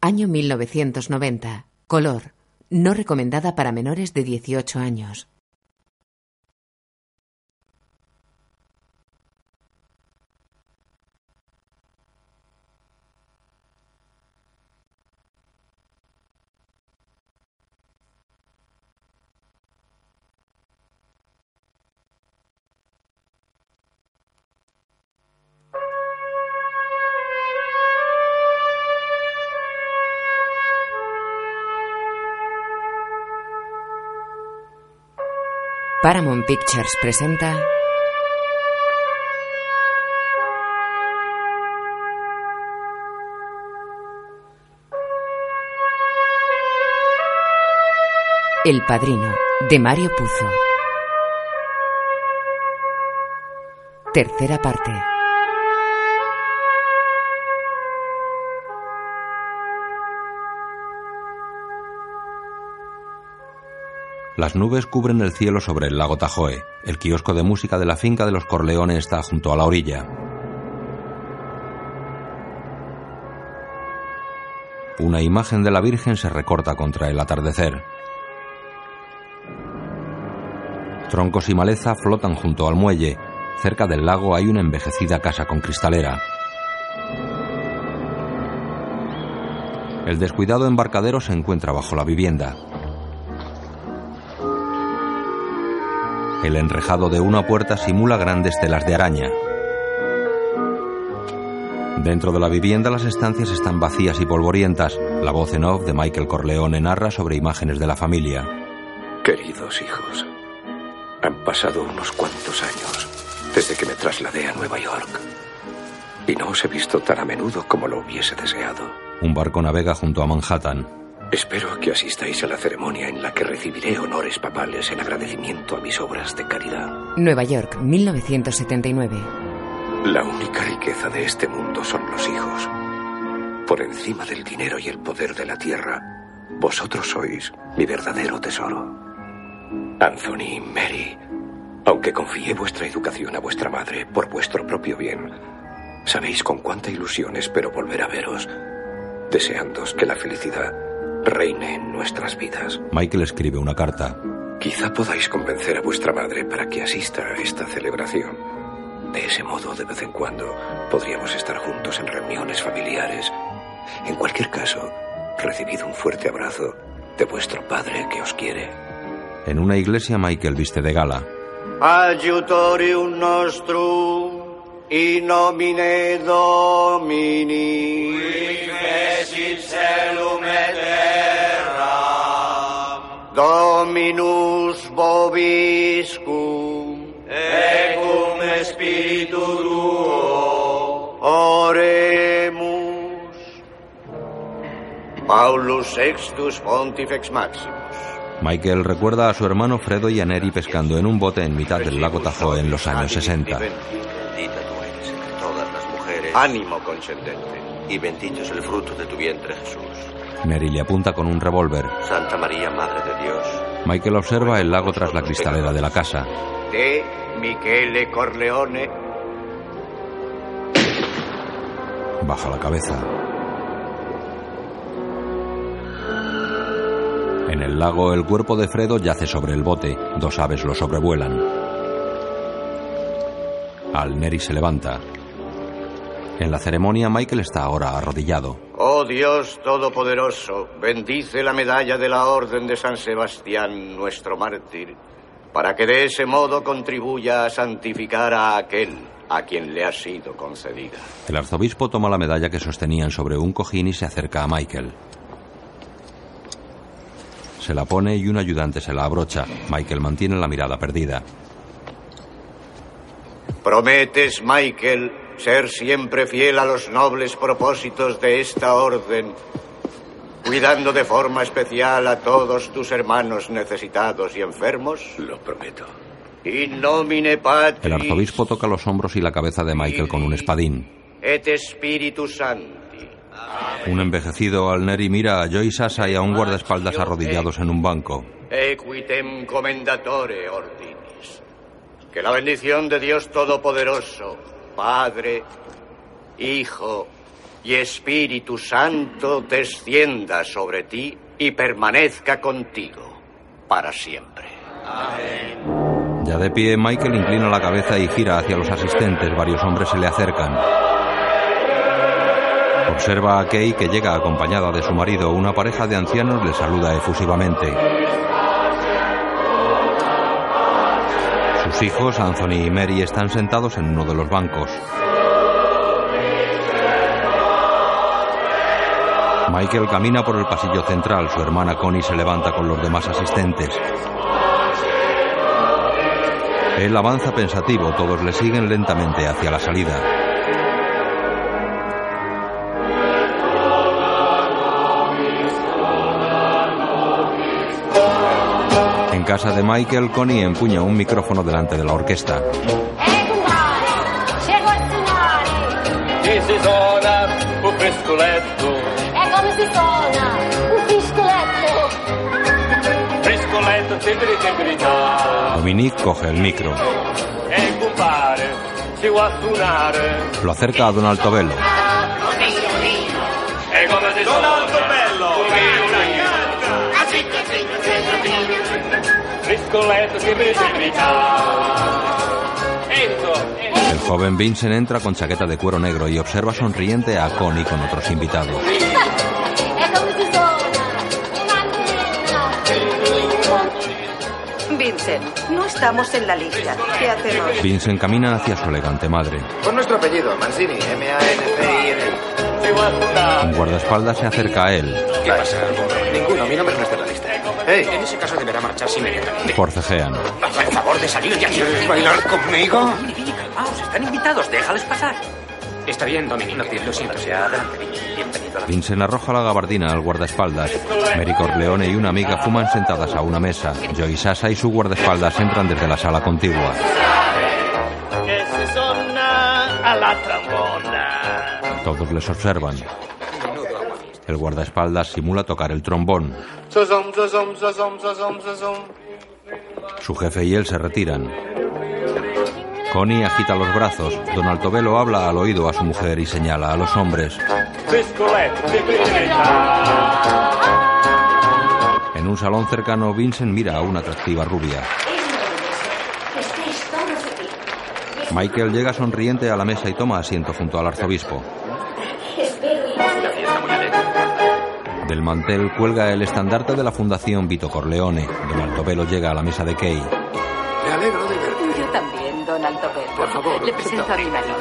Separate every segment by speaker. Speaker 1: año 1990. Color. No recomendada para menores de 18 años. Paramount Pictures presenta El Padrino de Mario Puzo. Tercera parte.
Speaker 2: Las nubes cubren el cielo sobre el lago Tajoe. El kiosco de música de la finca de los Corleones está junto a la orilla. Una imagen de la Virgen se recorta contra el atardecer. Troncos y maleza flotan junto al muelle. Cerca del lago hay una envejecida casa con cristalera. El descuidado embarcadero se encuentra bajo la vivienda. El enrejado de una puerta simula grandes telas de araña. Dentro de la vivienda las estancias están vacías y polvorientas. La voz en off de Michael Corleone narra sobre imágenes de la familia.
Speaker 3: Queridos hijos, han pasado unos cuantos años desde que me trasladé a Nueva York. Y no os he visto tan a menudo como lo hubiese deseado.
Speaker 2: Un barco navega junto a Manhattan.
Speaker 3: Espero que asistáis a la ceremonia en la que recibiré honores papales en agradecimiento a mis obras de caridad.
Speaker 1: Nueva York, 1979.
Speaker 3: La única riqueza de este mundo son los hijos. Por encima del dinero y el poder de la tierra, vosotros sois mi verdadero tesoro. Anthony y Mary, aunque confié vuestra educación a vuestra madre por vuestro propio bien, sabéis con cuánta ilusión espero volver a veros, deseándoos que la felicidad reine en nuestras vidas.
Speaker 2: Michael escribe una carta.
Speaker 3: Quizá podáis convencer a vuestra madre para que asista a esta celebración. De ese modo, de vez en cuando, podríamos estar juntos en reuniones familiares. En cualquier caso, recibid un fuerte abrazo de vuestro padre que os quiere.
Speaker 2: En una iglesia Michael viste de gala.
Speaker 4: Adiutorium nostrum in nomine Domini. Dominus vobiscum.
Speaker 5: Ecum spiritu tuo.
Speaker 4: Oremus. Paulus Sextus Pontifex Maximus.
Speaker 2: Michael recuerda a su hermano Fredo y a Neri pescando en un bote en mitad del lago Tajoe en los años 60.
Speaker 6: Bendita tú eres entre todas las mujeres.
Speaker 4: Ánimo condescendente.
Speaker 6: Y bendito es el fruto de tu vientre, Jesús.
Speaker 2: Neri le apunta con un revólver.
Speaker 6: Santa María, Madre de Dios.
Speaker 2: Michael observa el lago tras la cristalera de la casa.
Speaker 4: De Michele Corleone.
Speaker 2: Baja la cabeza. En el lago el cuerpo de Fredo yace sobre el bote. Dos aves lo sobrevuelan. Al Neri se levanta. En la ceremonia Michael está ahora arrodillado.
Speaker 4: Oh Dios Todopoderoso, bendice la medalla de la Orden de San Sebastián, nuestro mártir, para que de ese modo contribuya a santificar a aquel a quien le ha sido concedida.
Speaker 2: El arzobispo toma la medalla que sostenían sobre un cojín y se acerca a Michael. Se la pone y un ayudante se la abrocha. Michael mantiene la mirada perdida.
Speaker 4: ¿Prometes, Michael, ser siempre fiel a los nobles propósitos de esta orden, cuidando de forma especial a todos tus hermanos necesitados y enfermos?
Speaker 3: Lo prometo.
Speaker 4: In nomine Patris.
Speaker 2: El arzobispo toca los hombros y la cabeza de Michael con un espadín.
Speaker 4: Et Spiritus Sancti.
Speaker 2: Un envejecido Alneri mira a Joy Sasa y a un guardaespaldas arrodillados en un banco.
Speaker 4: Equitem comendatore ordinis. Que la bendición de Dios Todopoderoso, Padre, Hijo y Espíritu Santo descienda sobre ti y permanezca contigo para siempre.
Speaker 2: Ya de pie, Michael inclina la cabeza y gira hacia los asistentes. Varios hombres se le acercan. Observa a Kay que llega acompañada de su marido. Una pareja de ancianos le saluda efusivamente. Sus hijos, Anthony y Mary, están sentados en uno de los bancos. Michael camina por el pasillo central. Su hermana Connie se levanta con los demás asistentes. Él avanza pensativo, todos le siguen lentamente hacia la salida. En casa de Michael, Connie empuña un micrófono delante de la orquesta.
Speaker 7: Egnare, Chegou a signore,
Speaker 8: Decisona o frescoletto,
Speaker 7: è come si suona, un fiscoletto.
Speaker 8: frescoletto tembri tembrita.
Speaker 2: Dominique coge el micro,
Speaker 8: E Eh, compare, si vuol suonare,
Speaker 2: lo acerca a Don Altobello.
Speaker 8: e come si suona un bello, come una gatta. Frescoletto tembri tembrita. Enzo, Enzo.
Speaker 2: El joven Vincent entra con chaqueta de cuero negro y observa sonriente a Connie con otros invitados.
Speaker 7: È come si suona, un'antenna.
Speaker 1: Vincent, no estamos en la lista. ¿Qué hacemos?
Speaker 2: Vincent camina hacia su elegante madre.
Speaker 9: Con nuestro apellido, Mancini, M-A-N-C-I-N.
Speaker 8: Si vuol
Speaker 2: Un
Speaker 8: suonare,
Speaker 2: guardaespaldas se acerca a él,
Speaker 9: E. ¿Qué pasa? Ninguno, mi nombre no está en la lista.
Speaker 10: En ese caso deberá marcharse inmediatamente.
Speaker 2: forcejean.
Speaker 10: Por favor, de salir de aquí.
Speaker 9: ¿Quieres bailar conmigo?
Speaker 10: Billy, calmaos, están invitados, déjales pasar. Está bien, Dominic, lo siento. Sea, adelante, Billy. Bienvenido a la
Speaker 2: Vincent arroja la gabardina al guardaespaldas. Mary Corleone y una amiga fuman sentadas a una mesa. Joey Sasa y su guardaespaldas entran desde la sala contigua.
Speaker 8: che si suona alla trambona.
Speaker 2: Todos les observan. El guardaespaldas simula tocar el trombón.
Speaker 4: Zozom, zozom, zozom, zozom, zozom.
Speaker 2: Su jefe y él se retiran. Connie agita los brazos. Don Altobello habla al oído a su mujer y señala a los hombres.
Speaker 8: Frescoletto tembri tembrita.
Speaker 2: En un salón cercano, Vincent mira a una atractiva rubia. Michael llega sonriente a la mesa y toma asiento junto al arzobispo. Del mantel cuelga el estandarte de la Fundación Vito Corleone. Don Altobello llega a la mesa de Kay.
Speaker 9: Me alegro de verte.
Speaker 1: Yo también, Donald Topper.
Speaker 9: Por favor,
Speaker 1: Le presento a mi marido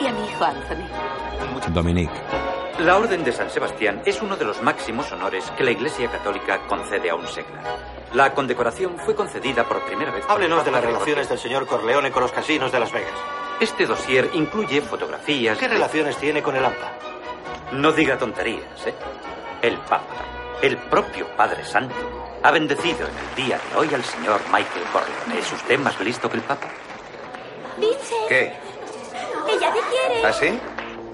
Speaker 1: y a mi hijo Anthony.
Speaker 2: Dominique.
Speaker 11: La Orden de San Sebastián es uno de los máximos honores que la Iglesia Católica concede a un seglar. La condecoración fue concedida por primera vez. por el
Speaker 12: Háblenos de
Speaker 11: Papa
Speaker 12: las
Speaker 11: Gregorio.
Speaker 12: relaciones del señor Corleone con los casinos de Las Vegas.
Speaker 11: Este dossier incluye fotografías.
Speaker 12: ¿Qué
Speaker 11: de-
Speaker 12: relaciones tiene con el AMPA?
Speaker 11: No diga tonterías, ¿eh? El Papa, el propio Padre Santo, ha bendecido en el día de hoy al señor Michael Corleone. ¿Es usted más listo que el Papa?
Speaker 7: Dice,
Speaker 9: ¿Qué?
Speaker 7: ella te quiere.
Speaker 9: ¿Así?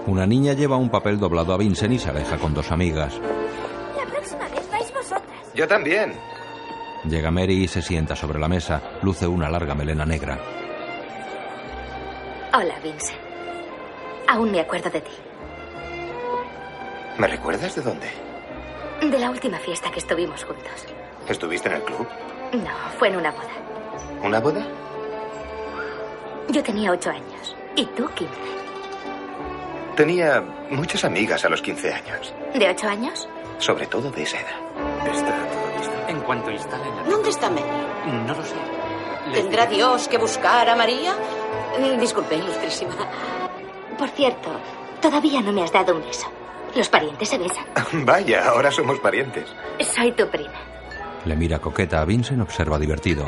Speaker 2: Una niña lleva un papel doblado a Vincent y se aleja con dos amigas.
Speaker 7: La próxima vez vais vosotras.
Speaker 9: Yo también.
Speaker 2: Llega Mary y se sienta sobre la mesa. Luce una larga melena negra.
Speaker 7: Hola, Vince. Aún me acuerdo de ti.
Speaker 9: ¿Me recuerdas de dónde?
Speaker 7: De la última fiesta que estuvimos juntos.
Speaker 9: ¿Estuviste en el club?
Speaker 7: No, fue en una boda.
Speaker 9: ¿Una boda?
Speaker 7: Yo tenía ocho años. Y tú, quince.
Speaker 9: Tenía muchas amigas a los 15 años,
Speaker 7: ¿De ocho años?
Speaker 9: sobre todo de esa edad.
Speaker 11: En cuanto instalen.
Speaker 1: ¿Dónde está Mary?
Speaker 11: No lo sé.
Speaker 1: ¿Tendrá Dios que buscar a María?
Speaker 7: Eh, Disculpe, ilustrísima. Por cierto, todavía no me has dado un beso. Los parientes se besan.
Speaker 13: Vaya, ahora somos parientes.
Speaker 7: Soy tu prima.
Speaker 2: Le mira coqueta a Vincent, observa divertido.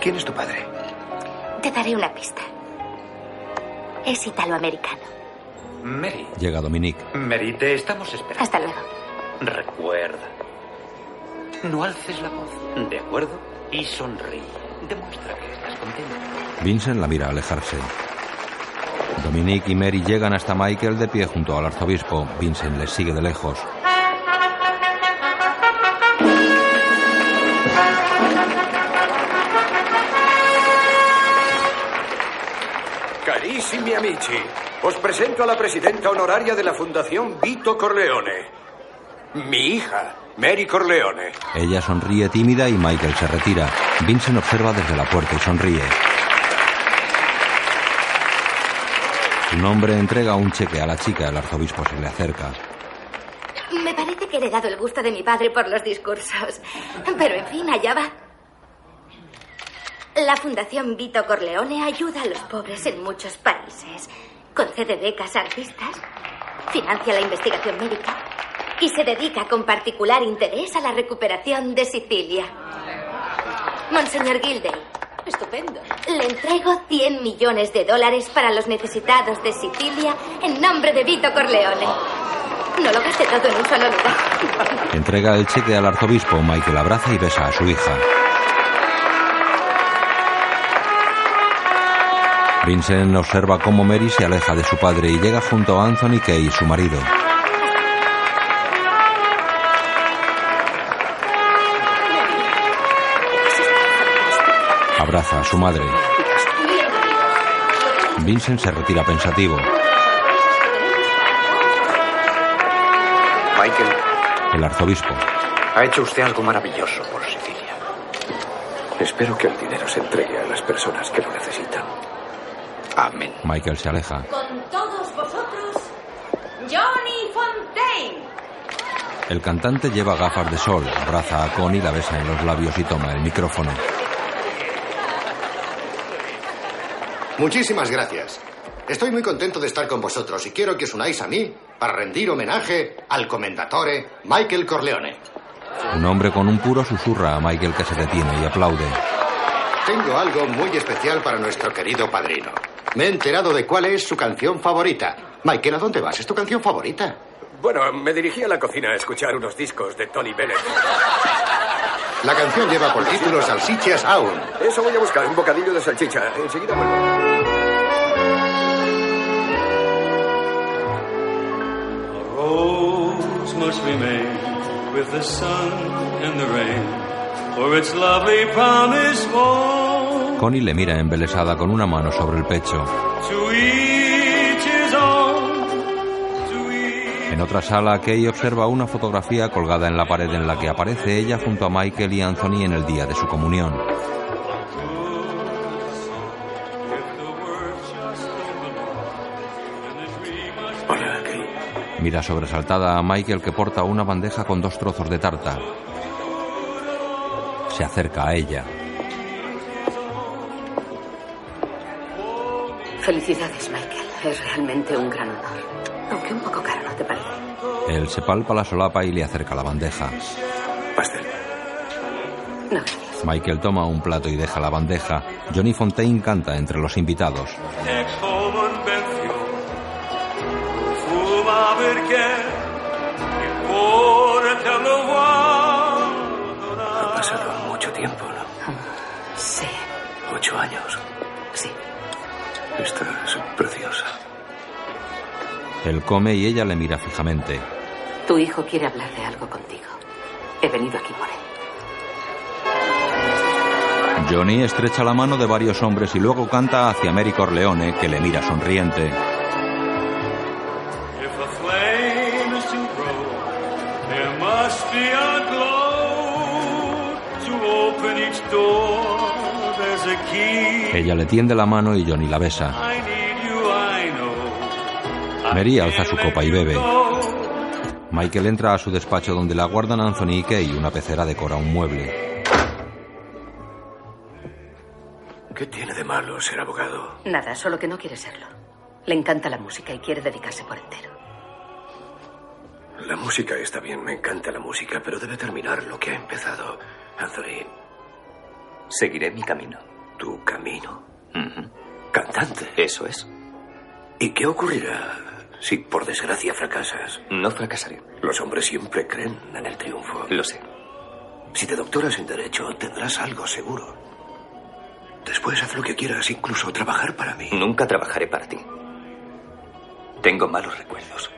Speaker 13: ¿Quién es tu padre?
Speaker 7: Te daré una pista. Es italoamericano.
Speaker 11: Mary,
Speaker 2: Llega Dominique.
Speaker 11: Mary, te estamos esperando.
Speaker 7: Hasta luego.
Speaker 11: Recuerda. No alces la voz. ¿De acuerdo? Y sonríe. Demuestra que estás contento.
Speaker 2: Vincent la mira alejarse. Dominique y Mary llegan hasta Michael de pie junto al arzobispo. Vincent les sigue de lejos.
Speaker 3: Carissimi amici, os presento a la presidenta honoraria de la Fundación Vito Corleone. Mi hija, Mary Corleone.
Speaker 2: Ella sonríe tímida y Michael se retira. Vincent observa desde la puerta y sonríe. Un hombre entrega un cheque a la chica. El arzobispo se le acerca.
Speaker 7: Me parece que he heredado el gusto de mi padre por los discursos. Pero en fin, allá va. La Fundación Vito Corleone ayuda a los pobres en muchos países. Concede becas a artistas, financia la investigación médica y se dedica con particular interés a la recuperación de Sicilia. Monseñor Gilday,
Speaker 1: Estupendo.
Speaker 7: le entrego 100 millones de dólares para los necesitados de Sicilia en nombre de Vito Corleone. No lo gasté todo en un solo lugar.
Speaker 2: Entrega el cheque al arzobispo. Michael abraza y besa a su hija. Vincent observa cómo Mary se aleja de su padre y llega junto a Anthony Kay, su marido. Abraza a su madre. Vincent se retira pensativo.
Speaker 8: Michael,
Speaker 2: El arzobispo.
Speaker 8: ha hecho usted algo maravilloso por Sicilia.
Speaker 14: Espero que el dinero se entregue a las personas que lo necesitan.
Speaker 8: Amén.
Speaker 2: Michael se aleja.
Speaker 1: Con todos vosotros, Johnny Fontaine.
Speaker 2: El cantante lleva gafas de sol, abraza a Connie, la besa en los labios y toma el micrófono.
Speaker 9: Muchísimas gracias. Estoy muy contento de estar con vosotros y quiero que os unáis a mí para rendir homenaje al comendatore Michael Corleone.
Speaker 2: Un hombre con un puro susurra a Michael que se detiene y aplaude.
Speaker 9: Tengo algo muy especial para nuestro querido padrino. Me he enterado de cuál es su canción favorita. Michael, ¿a dónde vas? ¿Es tu canción favorita?
Speaker 3: Bueno, me dirigí a la cocina a escuchar unos discos de Tony Bennett.
Speaker 9: La canción lleva por título Salsichas Aún.
Speaker 3: Eso voy a buscar, un bocadillo de salchicha. Enseguida vuelvo.
Speaker 15: Rose must remain with the sun and the rain, for its lovely promise won't
Speaker 2: Connie le mira embelesada con una mano sobre el pecho.
Speaker 15: to each his own.
Speaker 2: En otra sala, Kay observa una fotografía colgada en la pared en la que aparece ella junto a Michael y Anthony en el día de su comunión. Mira sobresaltada a Michael que porta una bandeja con dos trozos de tarta. Se acerca a ella.
Speaker 1: Felicidades, Michael. Es realmente un gran honor. Aunque un poco caro, ¿no te parece?
Speaker 2: Él se palpa la solapa y le acerca la bandeja.
Speaker 1: No, gracias.
Speaker 2: Michael toma un plato y deja la bandeja. Johnny Fontaine canta entre los invitados.
Speaker 15: Ex-home and Benfield, fu ma perché il cuore te lo vuole.
Speaker 8: Ha pasado mucho tiempo, ¿no?
Speaker 1: Sí.
Speaker 8: Ocho años.
Speaker 1: Sí.
Speaker 8: Estás preciosa.
Speaker 2: Él come y ella le mira fijamente.
Speaker 1: Tu hijo quiere hablar de algo contigo. He venido aquí por él.
Speaker 2: Johnny estrecha la mano de varios hombres y luego canta hacia Mary Corleone, que le mira sonriente.
Speaker 15: If a flame is to grow, there must be a glow to open each door. There's a key.
Speaker 2: Ella le tiende la mano y Johnny la besa.
Speaker 15: I need you, I know.
Speaker 2: Mary alza su copa y bebe. Michael entra a su despacho donde la guardan Anthony y Kay. Una pecera decora un mueble.
Speaker 3: ¿Qué tiene de malo ser abogado?
Speaker 1: Nada, solo que no quiere serlo. Le encanta la música y quiere dedicarse por entero.
Speaker 3: La música está bien, me encanta la música, pero debe terminar lo que ha empezado. Anthony.
Speaker 16: Seguiré mi camino.
Speaker 3: ¿Tu camino?
Speaker 16: Ujú.
Speaker 3: Cantante.
Speaker 16: Eso es.
Speaker 3: ¿Y qué ocurrirá si por desgracia fracasas?
Speaker 16: No fracasaré.
Speaker 3: Los hombres siempre creen en el triunfo.
Speaker 16: Lo sé.
Speaker 3: Si te doctoras en Derecho, tendrás algo seguro. Después haz lo que quieras, incluso trabajar para mí.
Speaker 16: Nunca trabajaré para ti. Tengo malos recuerdos.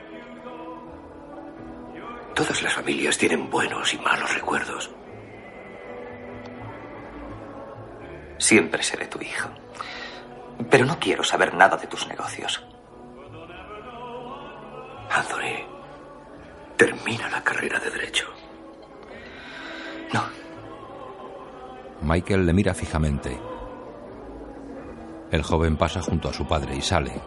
Speaker 3: Todas las familias tienen buenos y malos recuerdos.
Speaker 16: Siempre seré tu hijo. Pero no quiero saber nada de tus negocios.
Speaker 3: Anthony, termina la carrera de Derecho.
Speaker 2: Michael le mira fijamente. El joven pasa junto a su padre y sale.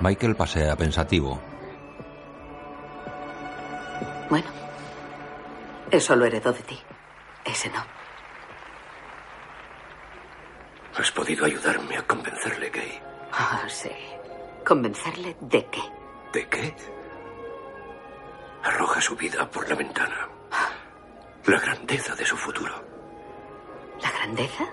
Speaker 2: Michael pasea pensativo.
Speaker 1: Bueno, eso lo heredó de ti. Ese no.
Speaker 3: Has podido ayudarme a convencerle, Gay.
Speaker 1: Ah, sí. ¿Convencerle de qué?
Speaker 3: ¿De qué? Arroja su vida por la ventana. La grandeza de su futuro.
Speaker 1: ¿La grandeza?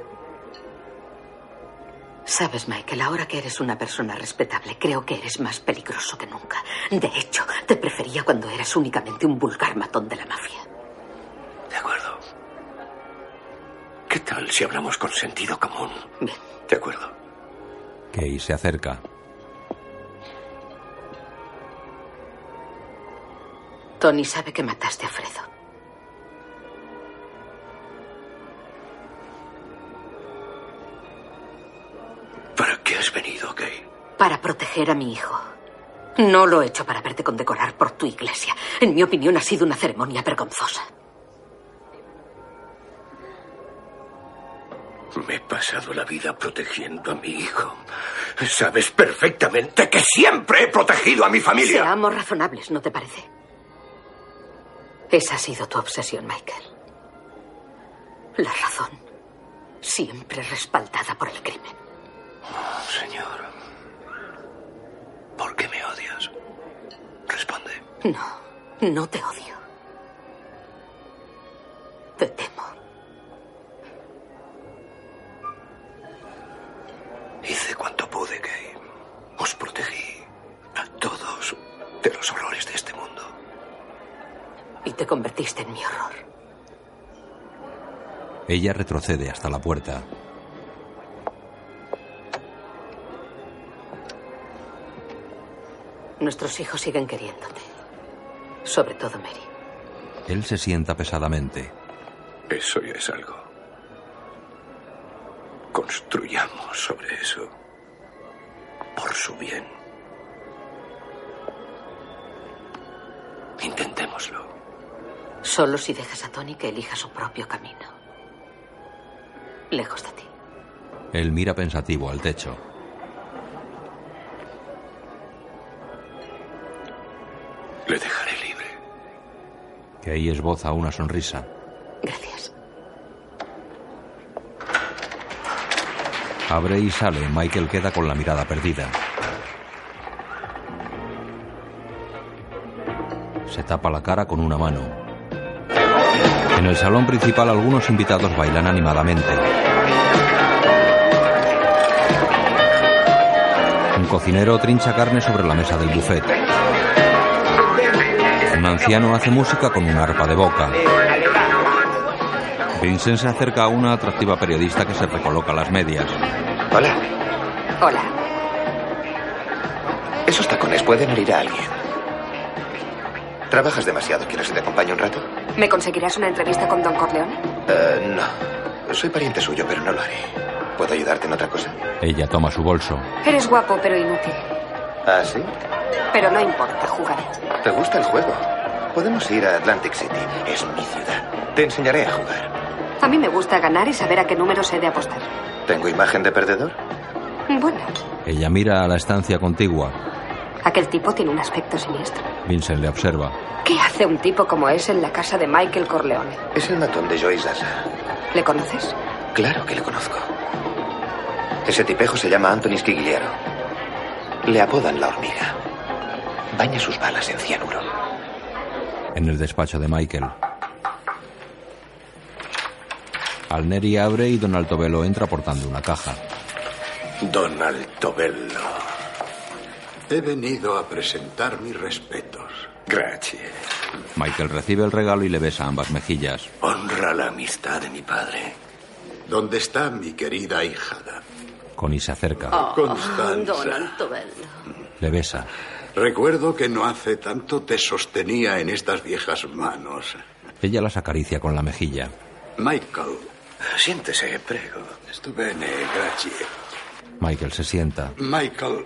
Speaker 1: Sabes, Michael, ahora que eres una persona respetable, creo que eres más peligroso que nunca. De hecho, te prefería cuando eras únicamente un vulgar matón de la mafia.
Speaker 3: De acuerdo. ¿Qué tal si hablamos con sentido común?
Speaker 1: Bien.
Speaker 3: De acuerdo.
Speaker 2: Kay se acerca.
Speaker 1: Tony sabe que mataste a Fredo.
Speaker 3: ¿Para qué has venido, Gay?
Speaker 1: Para proteger a mi hijo. No lo he hecho para verte condecorar por tu iglesia. En mi opinión, ha sido una ceremonia vergonzosa.
Speaker 3: Me he pasado la vida protegiendo a mi hijo. Sabes perfectamente que siempre he protegido a mi familia.
Speaker 1: Seamos razonables, ¿no te parece? Esa ha sido tu obsesión, Michael. La razón. Siempre respaldada por el crimen.
Speaker 3: Oh, señor, ¿por qué me odias? Responde.
Speaker 1: No, no te odio. Te temo.
Speaker 3: Hice cuanto pude, Gay. Os protegí a todos de los horrores de este mundo.
Speaker 1: Y te convertiste en mi horror.
Speaker 2: Ella retrocede hasta la puerta.
Speaker 1: Nuestros hijos siguen queriéndote. Sobre todo Mary.
Speaker 2: Él se sienta pesadamente.
Speaker 3: Eso ya es algo. Construyamos sobre eso. Por su bien. Intentémoslo.
Speaker 1: Solo si dejas a Tony que elija su propio camino. Lejos de ti.
Speaker 2: Él mira pensativo al techo.
Speaker 3: Le dejaré libre.
Speaker 2: Kay esboza una sonrisa.
Speaker 1: Gracias.
Speaker 2: Abre y sale. Michael queda con la mirada perdida. Se tapa la cara con una mano. En el salón principal algunos invitados bailan animadamente. Un cocinero trincha carne sobre la mesa del buffet. Un anciano hace música con un arpa de boca. Vincent se acerca a una atractiva periodista que se recoloca las medias.
Speaker 9: Hola.
Speaker 1: Hola.
Speaker 9: Esos tacones pueden herir a alguien. ¿Trabajas demasiado? ¿Quieres que te acompañe un rato?
Speaker 1: ¿Me conseguirás una entrevista con Don Corleone?
Speaker 9: Eh, no. Soy pariente suyo, pero no lo haré. ¿Puedo ayudarte en otra cosa?
Speaker 2: Ella toma su bolso.
Speaker 17: Eres guapo, pero inútil.
Speaker 9: ¿Ah, sí?
Speaker 17: Pero no importa, jugaré.
Speaker 9: ¿Te gusta el juego? Podemos ir a Atlantic City. Es mi ciudad. Te enseñaré a jugar.
Speaker 17: A mí me gusta ganar y saber a qué números he de apostar.
Speaker 9: ¿Tengo imagen de perdedor?
Speaker 17: Bueno,
Speaker 2: Ella mira a la estancia contigua.
Speaker 17: aquel tipo tiene un aspecto siniestro.
Speaker 2: Vincent le observa.
Speaker 17: ¿Qué hace un tipo como ese en la casa de Michael Corleone?
Speaker 9: Es el matón de Joyce Dasa.
Speaker 17: ¿Le conoces?
Speaker 9: Claro que le conozco. Ese tipejo se llama Anthony Stigliaro. Le apodan la hormiga. Baña sus balas en cianuro.
Speaker 2: en el despacho de Michael. Alneri abre y Don Altovelo entra portando una caja.
Speaker 18: Don Altobello. He venido a presentar mis respetos. Gracias.
Speaker 2: Michael recibe el regalo y le besa ambas mejillas.
Speaker 18: Honra la amistad de mi padre. ¿Dónde está mi querida hijada?
Speaker 2: Connie se acerca,
Speaker 18: Ah. Constanza.
Speaker 2: le besa.
Speaker 18: Recuerdo que no hace tanto te sostenía en estas viejas manos.
Speaker 2: Ella las acaricia con la mejilla.
Speaker 18: Michael. Siéntese, prego. Estupendo, gracias.
Speaker 2: Michael se sienta.
Speaker 18: Michael,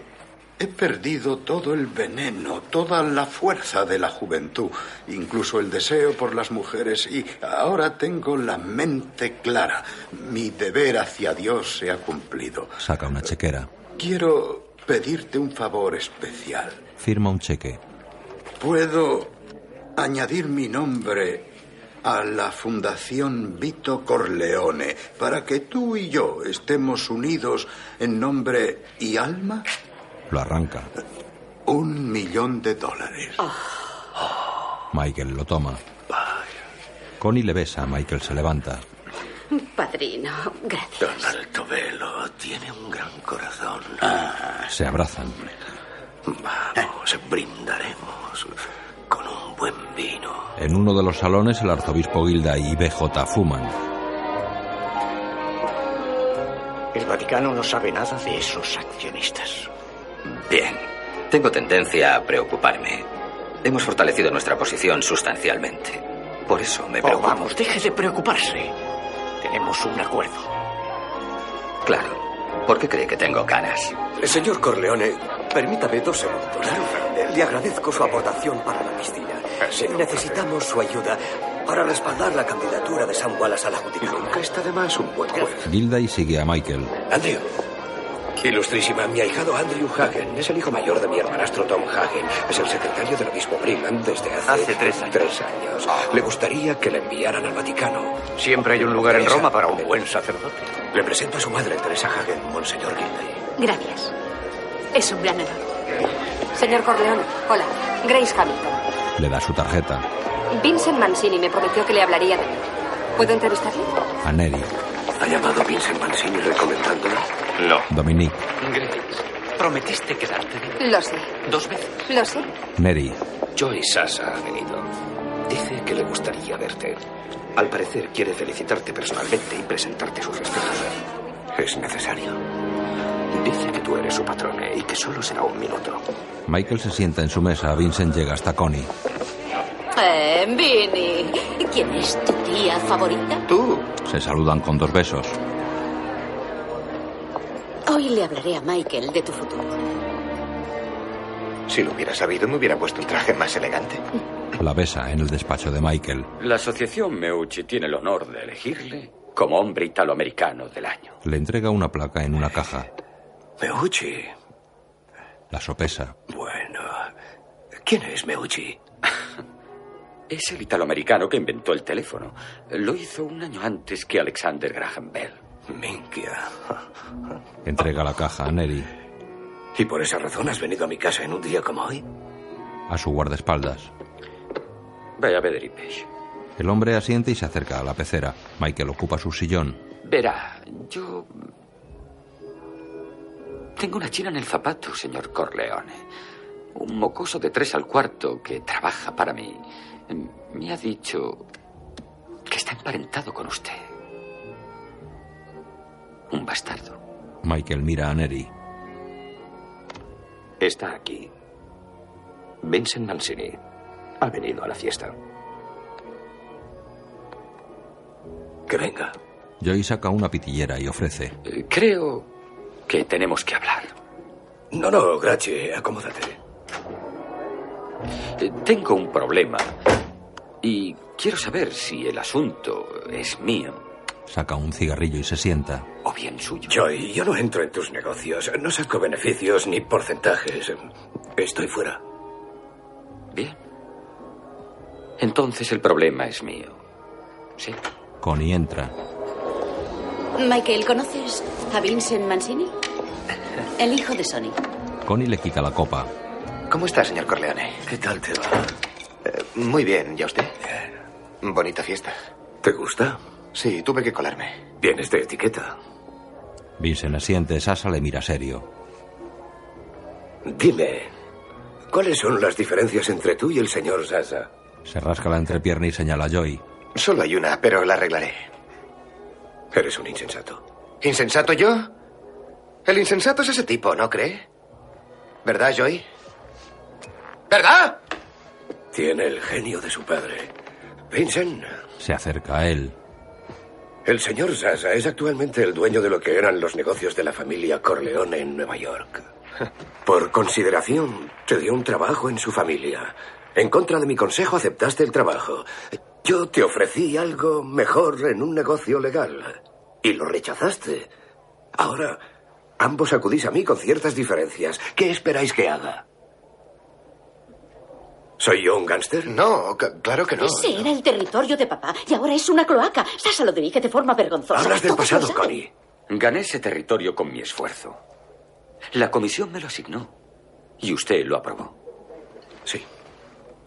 Speaker 18: he perdido todo el veneno, toda la fuerza de la juventud, incluso el deseo por las mujeres y ahora tengo la mente clara. Mi deber hacia Dios se ha cumplido.
Speaker 2: Saca una chequera.
Speaker 18: Quiero pedirte un favor especial.
Speaker 2: Firma un cheque.
Speaker 18: ¿Puedo añadir mi nombre a la Fundación Vito Corleone para que tú y yo estemos unidos en nombre y alma?
Speaker 2: Lo arranca.
Speaker 18: Un millón de dólares.
Speaker 2: Michael lo toma. Connie le besa. Michael se levanta.
Speaker 17: Padrino, gracias.
Speaker 18: Don Altovelo tiene un gran corazón.
Speaker 2: Se abrazan.
Speaker 18: Vamos, brindaremos con un buen vino.
Speaker 2: En uno de los salones, el arzobispo Gilda y BJ fuman.
Speaker 4: El Vaticano no sabe nada de esos accionistas.
Speaker 19: Bien. Tengo tendencia a preocuparme. Hemos fortalecido nuestra posición sustancialmente. Por eso me
Speaker 4: Oh,
Speaker 19: preocupo.
Speaker 4: vamos, deje de preocuparse. Tenemos un acuerdo.
Speaker 19: Claro. ¿Por qué cree que tengo canas?
Speaker 3: Señor Corleone, permítame dos segundos. Eh, Le agradezco su aportación para la piscina. Necesitamos su ayuda para respaldar la candidatura de San Wallace a la judicatura. Nunca está de más un buen juez.
Speaker 2: Gilda y sigue a Michael.
Speaker 3: Andrew. Ilustrísima, mi ahijado Andrew Hagen es el hijo mayor de mi hermanastro Tom Hagen. Es el secretario del obispo Brigham desde hace, tres años. Le gustaría que le enviaran al Vaticano.
Speaker 18: Siempre hay un lugar en
Speaker 3: Teresa.
Speaker 18: Roma para un buen sacerdote.
Speaker 3: Le presento a su madre, Teresa Hagen, Monseñor Gilday.
Speaker 17: Gracias. Es un gran honor. Señor Corleone, hola. Grace Hamilton.
Speaker 2: Le da su tarjeta.
Speaker 17: Vincent Mancini me prometió que le hablaría de mí. ¿Puedo entrevistarle?
Speaker 2: A Neri.
Speaker 18: ¿Ha llamado Vincent Mancini recomendándola? No.
Speaker 2: Dominique.
Speaker 11: Grace, prometiste quedarte
Speaker 17: Lo sé,
Speaker 11: dos veces.
Speaker 17: lo sé.
Speaker 2: Neri.
Speaker 3: Joy Sasa ha venido. Dice que le gustaría verte. Al parecer quiere felicitarte personalmente y presentarte sus respetos. Es necesario. Dice que tú eres su patrone y que solo será un minuto.
Speaker 2: Michael se sienta en su mesa. Vincent llega hasta Connie.
Speaker 1: Eh, Vinny, ¿quién es tu tía favorita?
Speaker 2: Tú. Se saludan con dos besos.
Speaker 1: Hoy le hablaré a Michael de tu futuro.
Speaker 9: Si lo hubiera sabido, me hubiera puesto un traje más elegante.
Speaker 2: La besa en el despacho de Michael.
Speaker 20: La asociación Meucci tiene el honor de elegirle como hombre italoamericano del año.
Speaker 2: Le entrega una placa en una caja.
Speaker 3: Meucci.
Speaker 2: La sopesa.
Speaker 3: Bueno. ¿Quién es Meucci?
Speaker 11: Es el italoamericano que inventó el teléfono. Lo hizo un año antes que Alexander Graham Bell.
Speaker 3: Minkia.
Speaker 2: Entrega la caja a Neri.
Speaker 3: ¿Y por esa razón has venido a mi casa en un día como hoy?
Speaker 2: A su guardaespaldas.
Speaker 11: Vaya Bedripesh.
Speaker 2: El hombre asiente y se acerca a la pecera. Michael ocupa su sillón.
Speaker 11: Verá, yo. Tengo una china en el zapato, señor Corleone. Un mocoso de tres al cuarto que trabaja para mí. Me ha dicho que está emparentado con usted. Un bastardo.
Speaker 2: Michael mira a Neri.
Speaker 3: Está aquí. Vincent Mancini ha venido a la fiesta. Que venga.
Speaker 2: Joy saca una pitillera y ofrece.
Speaker 3: Eh,
Speaker 11: Creo que tenemos que hablar.
Speaker 3: No, no, gracias. Acomódate.
Speaker 11: Eh, Tengo un problema y quiero saber si el asunto es mío
Speaker 2: Saca un cigarrillo y se sienta.
Speaker 9: O bien suyo.
Speaker 3: Joy, yo no entro en tus negocios. No saco beneficios ni porcentajes. Estoy fuera.
Speaker 11: Bien. Entonces el problema es mío. Sí.
Speaker 2: Connie entra.
Speaker 17: Michael, ¿conoces a Vincent Mancini? El hijo de Sony.
Speaker 2: Connie le quita la copa.
Speaker 9: ¿Cómo está, señor Corleone? Eh,
Speaker 3: ¿Qué tal te va?
Speaker 9: muy bien, ¿ya usted? Bonita fiesta.
Speaker 3: ¿Te gusta?
Speaker 9: Sí, tuve que colarme.
Speaker 3: Vienes de etiqueta.
Speaker 2: Vincent asiente, Sasa le mira serio.
Speaker 3: Dime, ¿cuáles son las diferencias entre tú y el señor Sasa?
Speaker 2: Se rasca la entrepierna y señala a Joy.
Speaker 9: Solo hay una, pero la arreglaré.
Speaker 3: Eres un insensato.
Speaker 9: ¿Insensato yo? El insensato es ese tipo, ¿no cree? ¿Verdad, Joy? ¿Verdad?
Speaker 3: Tiene el genio de su padre. Vincent,
Speaker 2: Se acerca a él.
Speaker 3: el señor Sasa es actualmente el dueño de lo que eran los negocios de la familia Corleone en Nueva York. Por consideración, te dio un trabajo en su familia. En contra de mi consejo, aceptaste el trabajo. Yo te ofrecí algo mejor en un negocio legal. Y lo rechazaste. Ahora, ambos acudís a mí con ciertas diferencias. ¿Qué esperáis que haga? ¿Soy yo un gángster?
Speaker 9: No, c- claro que no.
Speaker 17: Ese era el territorio de papá y ahora es una cloaca. Sasa lo dirige de forma vergonzosa.
Speaker 11: Hablas del
Speaker 17: Todos lo
Speaker 11: pasado,
Speaker 17: saben.
Speaker 11: Connie. Gané ese territorio con mi esfuerzo. La comisión me lo asignó. Y usted lo aprobó.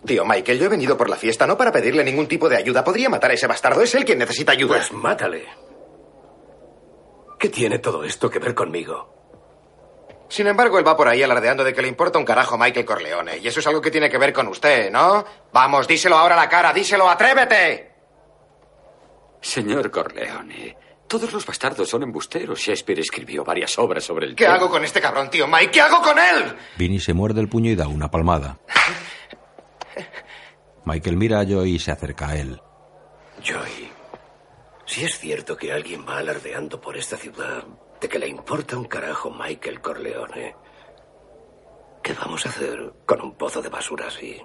Speaker 9: Tío Michael, yo he venido por la fiesta no para pedirle ningún tipo de ayuda. Podría matar a ese bastardo. Es él quien necesita ayuda.
Speaker 3: Pues mátale. ¿Qué tiene todo esto que ver conmigo?
Speaker 9: Sin embargo, él va por ahí alardeando de que le importa un carajo Michael Corleone. Y eso es algo que tiene que ver con usted, ¿no? Vamos, díselo ahora a la cara. Díselo, atrévete.
Speaker 11: Señor Corleone, todos los bastardos son embusteros. Shakespeare escribió varias obras sobre el
Speaker 9: ¿Qué
Speaker 3: ¿Eh?
Speaker 11: tema.
Speaker 9: hago con este cabrón, tío Mike? ¿Qué hago con él?
Speaker 2: Vinny se muerde el puño y da una palmada. Michael mira a Joy y se acerca a él.
Speaker 3: Joy, si es cierto que alguien va alardeando por esta ciudad de que le importa un carajo Michael Corleone, ¿qué vamos a hacer con un pozo de basura así?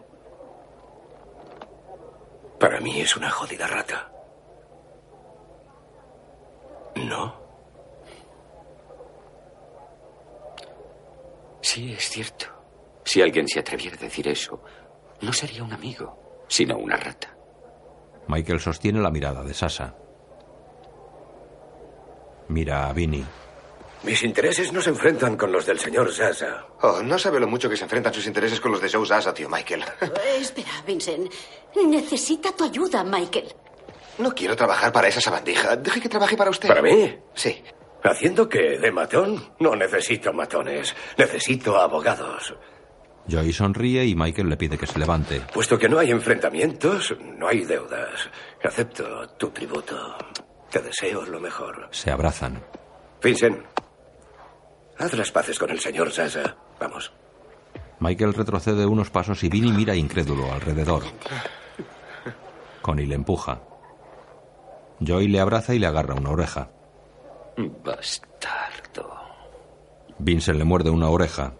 Speaker 3: Para mí es una jodida rata. ¿No?
Speaker 11: Sí, es cierto. Si alguien se atreviera a decir eso, no sería un amigo, sino una rata.
Speaker 2: Michael sostiene la mirada de Sasa. Mira a Vinny.
Speaker 3: Mis intereses no se enfrentan con los del señor Sasa.
Speaker 9: Oh, no sabe lo mucho que se enfrentan sus intereses con los de Joe Zaza, tío Michael.
Speaker 17: Eh, Espera, Vincent. Necesita tu ayuda, Michael.
Speaker 9: No quiero trabajar para esa sabandija. Deje que trabaje para usted.
Speaker 3: ¿Para mí?
Speaker 9: Sí.
Speaker 3: ¿Haciendo que de matón? No necesito matones, necesito abogados.
Speaker 2: Joy sonríe y Michael le pide que se levante.
Speaker 3: Puesto que no hay enfrentamientos, no hay deudas. Acepto tu tributo. Te deseo lo mejor.
Speaker 2: Se abrazan.
Speaker 3: Vincent, haz las paces con el señor Sasa. Vamos.
Speaker 2: Michael retrocede unos pasos y Vinny mira incrédulo alrededor. Connie le empuja. Joy le abraza y le agarra una oreja.
Speaker 11: Bastardo.
Speaker 2: Vincent le muerde una oreja.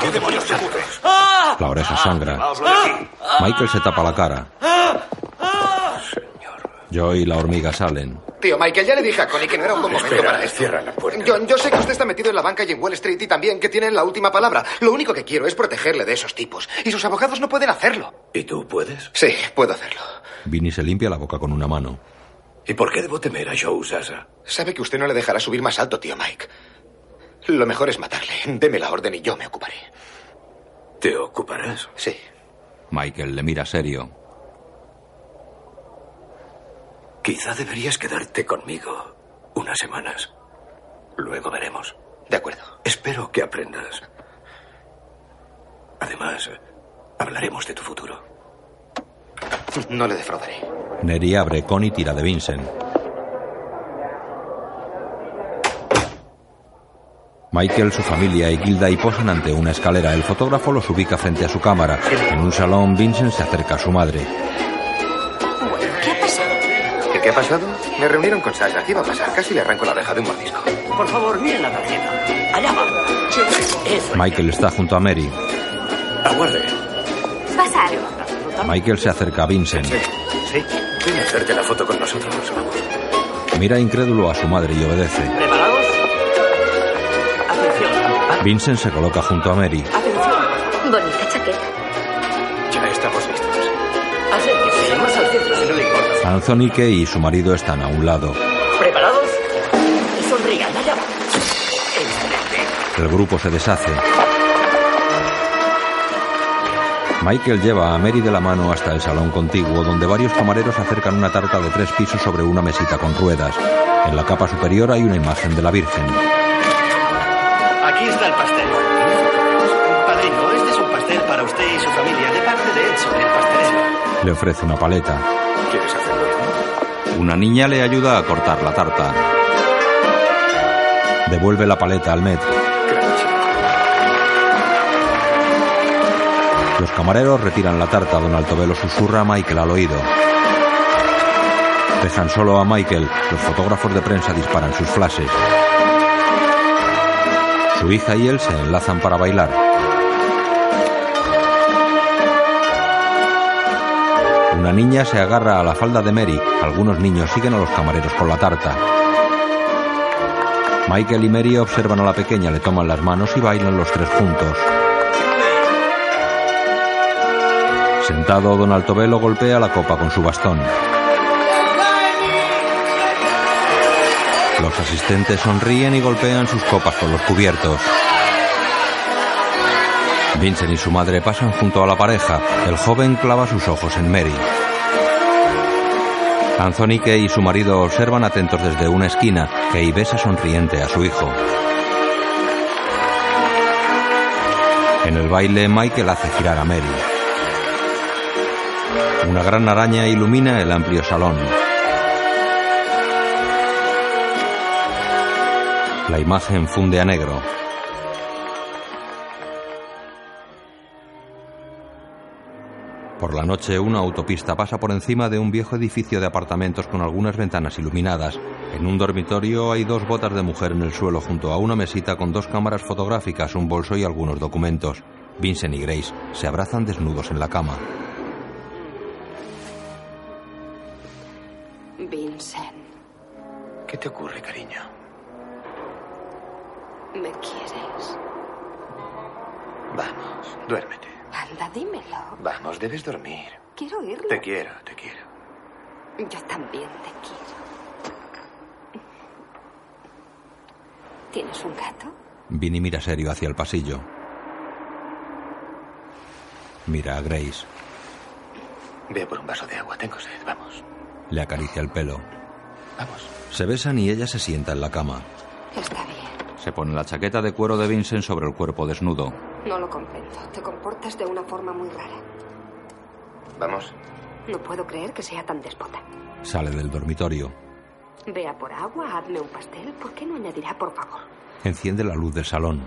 Speaker 3: ¿Qué demonios te ocurre? Ah,
Speaker 2: La oreja sangra. Michael se tapa la cara.
Speaker 9: ¡Ah!
Speaker 2: Joy y la hormiga salen.
Speaker 9: Tío Michael, ya le dije a Connie que no era un buen momento
Speaker 3: Espera,
Speaker 9: para esto.
Speaker 3: cierra la puerta.
Speaker 9: Yo, yo sé que usted está metido en la banca y en Wall Street y también que tienen la última palabra. Lo único que quiero es protegerle de esos tipos. Y sus abogados no pueden hacerlo.
Speaker 3: ¿Y tú puedes?
Speaker 9: Sí, puedo hacerlo.
Speaker 2: Vinny se limpia la boca con una mano.
Speaker 3: ¿Y por qué debo temer a Joe Sasa?
Speaker 9: Sabe que usted no le dejará subir más alto, tío Mike. Lo mejor es matarle. Deme la orden y yo me ocuparé.
Speaker 3: ¿Te ocuparás?
Speaker 9: Sí.
Speaker 2: Michael le mira serio.
Speaker 3: Quizá deberías quedarte conmigo unas semanas. Luego veremos.
Speaker 9: De acuerdo.
Speaker 3: Espero que aprendas. Además, hablaremos de tu futuro.
Speaker 9: No le defraudaré.
Speaker 2: Neri abre, Connie tira de Vincent. Michael, su familia y Gilda y posan ante una escalera. El fotógrafo los ubica frente a su cámara. En un salón, Vincent se acerca a su madre.
Speaker 17: ¿Qué ha pasado?
Speaker 9: ¿Qué, qué ha pasado? Me reunieron con Sasha. ¿Qué iba a pasar? Casi le arranco la oreja de un mordisco.
Speaker 4: Por favor, miren la tarjeta. Allá va. Eso.
Speaker 2: Michael está junto a Mary.
Speaker 3: Aguarde.
Speaker 7: Pasa algo.
Speaker 2: Michael se acerca a Vincent.
Speaker 9: Sí, ven a hacerte la foto con nosotros. Vamos.
Speaker 2: Mira incrédulo a su madre y obedece.
Speaker 9: ¿Preparados? Atención,
Speaker 2: Vincent se coloca junto a Mary.
Speaker 9: atención.
Speaker 7: Bonita chaqueta.
Speaker 9: Ya estamos listos. Acérquese, más al centro si no le importa.
Speaker 2: Anthony Kay y su marido están a un lado.
Speaker 9: ¿Preparados? Sonrían, allá va. Excelente.
Speaker 2: El grupo se deshace. Michael lleva a Mary de la mano hasta el salón contiguo, donde varios camareros acercan una tarta de tres pisos sobre una mesita con ruedas. En la capa superior hay una imagen de la Virgen.
Speaker 9: Aquí está el pastel. Padrino, este es un pastel para usted y su familia, de parte de Edson, el pastelero.
Speaker 2: Le ofrece una paleta.
Speaker 9: ¿Quieres hacerlo?
Speaker 2: Una niña le ayuda a cortar la tarta. Devuelve la paleta al metro. Los camareros retiran la tarta. Don Altovelo susurra a Michael al oído. Dejan solo a Michael. Los fotógrafos de prensa disparan sus flashes. Su hija y él se enlazan para bailar. Una niña se agarra a la falda de Mary. Algunos niños siguen a los camareros con la tarta. Michael y Mary observan a la pequeña, le toman las manos y bailan los tres juntos. Sentado, Don Altovelo golpea la copa con su bastón. Los asistentes sonríen y golpean sus copas con los cubiertos. Vincent y su madre pasan junto a la pareja. El joven clava sus ojos en Mary. Anthony Kay y su marido observan atentos desde una esquina. Kay besa sonriente a su hijo. En el baile, Michael hace girar a Mary. Una gran araña ilumina el amplio salón. La imagen funde a negro. Por la noche, una autopista pasa por encima de un viejo edificio de apartamentos con algunas ventanas iluminadas. En un dormitorio hay dos botas de mujer en el suelo junto a una mesita con dos cámaras fotográficas, un bolso y algunos documentos. Vincent y Grace se abrazan desnudos en la cama.
Speaker 17: Vincent,
Speaker 9: ¿Qué te ocurre, cariño?
Speaker 17: ¿me quieres?
Speaker 9: Vamos, duérmete.
Speaker 17: Anda, dímelo.
Speaker 9: Vamos, debes dormir.
Speaker 17: Quiero oírlo.
Speaker 9: Te quiero, te quiero.
Speaker 17: Yo también te quiero. ¿Tienes un gato?
Speaker 2: Vinny mira serio hacia el pasillo. Mira a Grace.
Speaker 9: Ve por un vaso de agua, tengo sed, vamos.
Speaker 2: Le acaricia el pelo. Vamos. Se besan y ella se sienta en la cama.
Speaker 17: Está bien.
Speaker 2: Se pone la chaqueta de cuero de Vincent sobre el cuerpo desnudo.
Speaker 17: No lo comprendo. Te comportas de una forma muy rara.
Speaker 9: Vamos.
Speaker 17: No puedo creer que sea tan déspota.
Speaker 2: Sale del dormitorio.
Speaker 17: Vea por agua, hazme un pastel. ¿Por qué no añadirá, por favor?
Speaker 2: Enciende la luz del salón.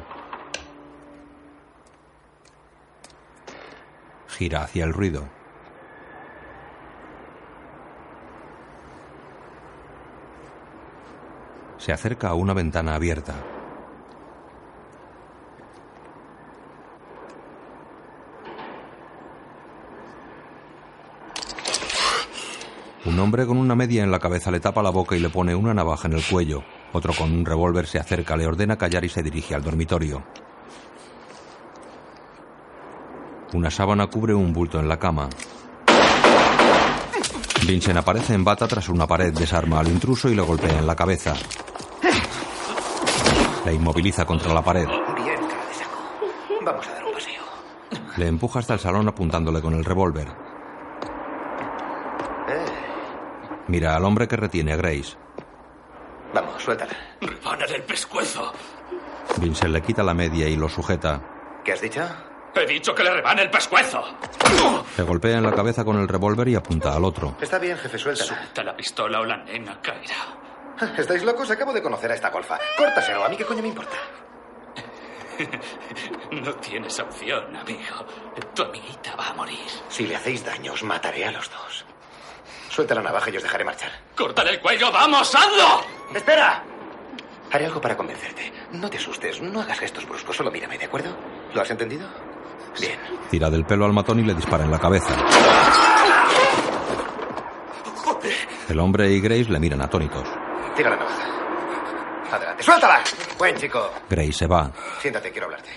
Speaker 2: Gira hacia el ruido. Se acerca a una ventana abierta. Un hombre con una media en la cabeza le tapa la boca y le pone una navaja en el cuello. Otro con un revólver se acerca, le ordena callar y se dirige al dormitorio. Una sábana cubre un bulto en la cama. Vincent aparece en bata tras una pared, desarma al intruso y lo golpea en la cabeza.
Speaker 9: Eh.
Speaker 2: La inmoviliza contra la pared.
Speaker 9: Bien, cara de saco. Vamos a dar un paseo.
Speaker 2: Le empuja hasta el salón apuntándole con el revólver. Mira al hombre que retiene a Grace.
Speaker 9: Vamos, suéltala. Repónale el pescuezo.
Speaker 2: Vincent le quita la media y lo sujeta.
Speaker 9: ¿Qué has dicho? He dicho que le rebane el pescuezo.
Speaker 2: Le golpea en la cabeza con el revólver y apunta al otro.
Speaker 9: Está bien, jefe, suéltala. Suelta la pistola o la nena caerá. ¿Estáis locos? Acabo de conocer a esta golfa. Córtaselo, a mí qué coño me importa.
Speaker 6: No tienes opción, amigo. Tu amiguita va a morir.
Speaker 9: Si le hacéis daño, os mataré a los dos. Suelta la navaja y os dejaré marchar.
Speaker 6: ¡Córtale el cuello! ¡Vamos, hazlo!
Speaker 9: ¡Espera! Haré algo para convencerte. No te asustes, no hagas gestos bruscos, solo mírame, ¿de acuerdo? ¿Lo has entendido?
Speaker 2: Tira del pelo al matón y le dispara en la cabeza. El hombre y Grace le miran atónitos.
Speaker 9: Tira la navaja. Adelante. ¡Suéltala! Buen chico.
Speaker 2: Grace se va.
Speaker 9: Siéntate, quiero hablarte.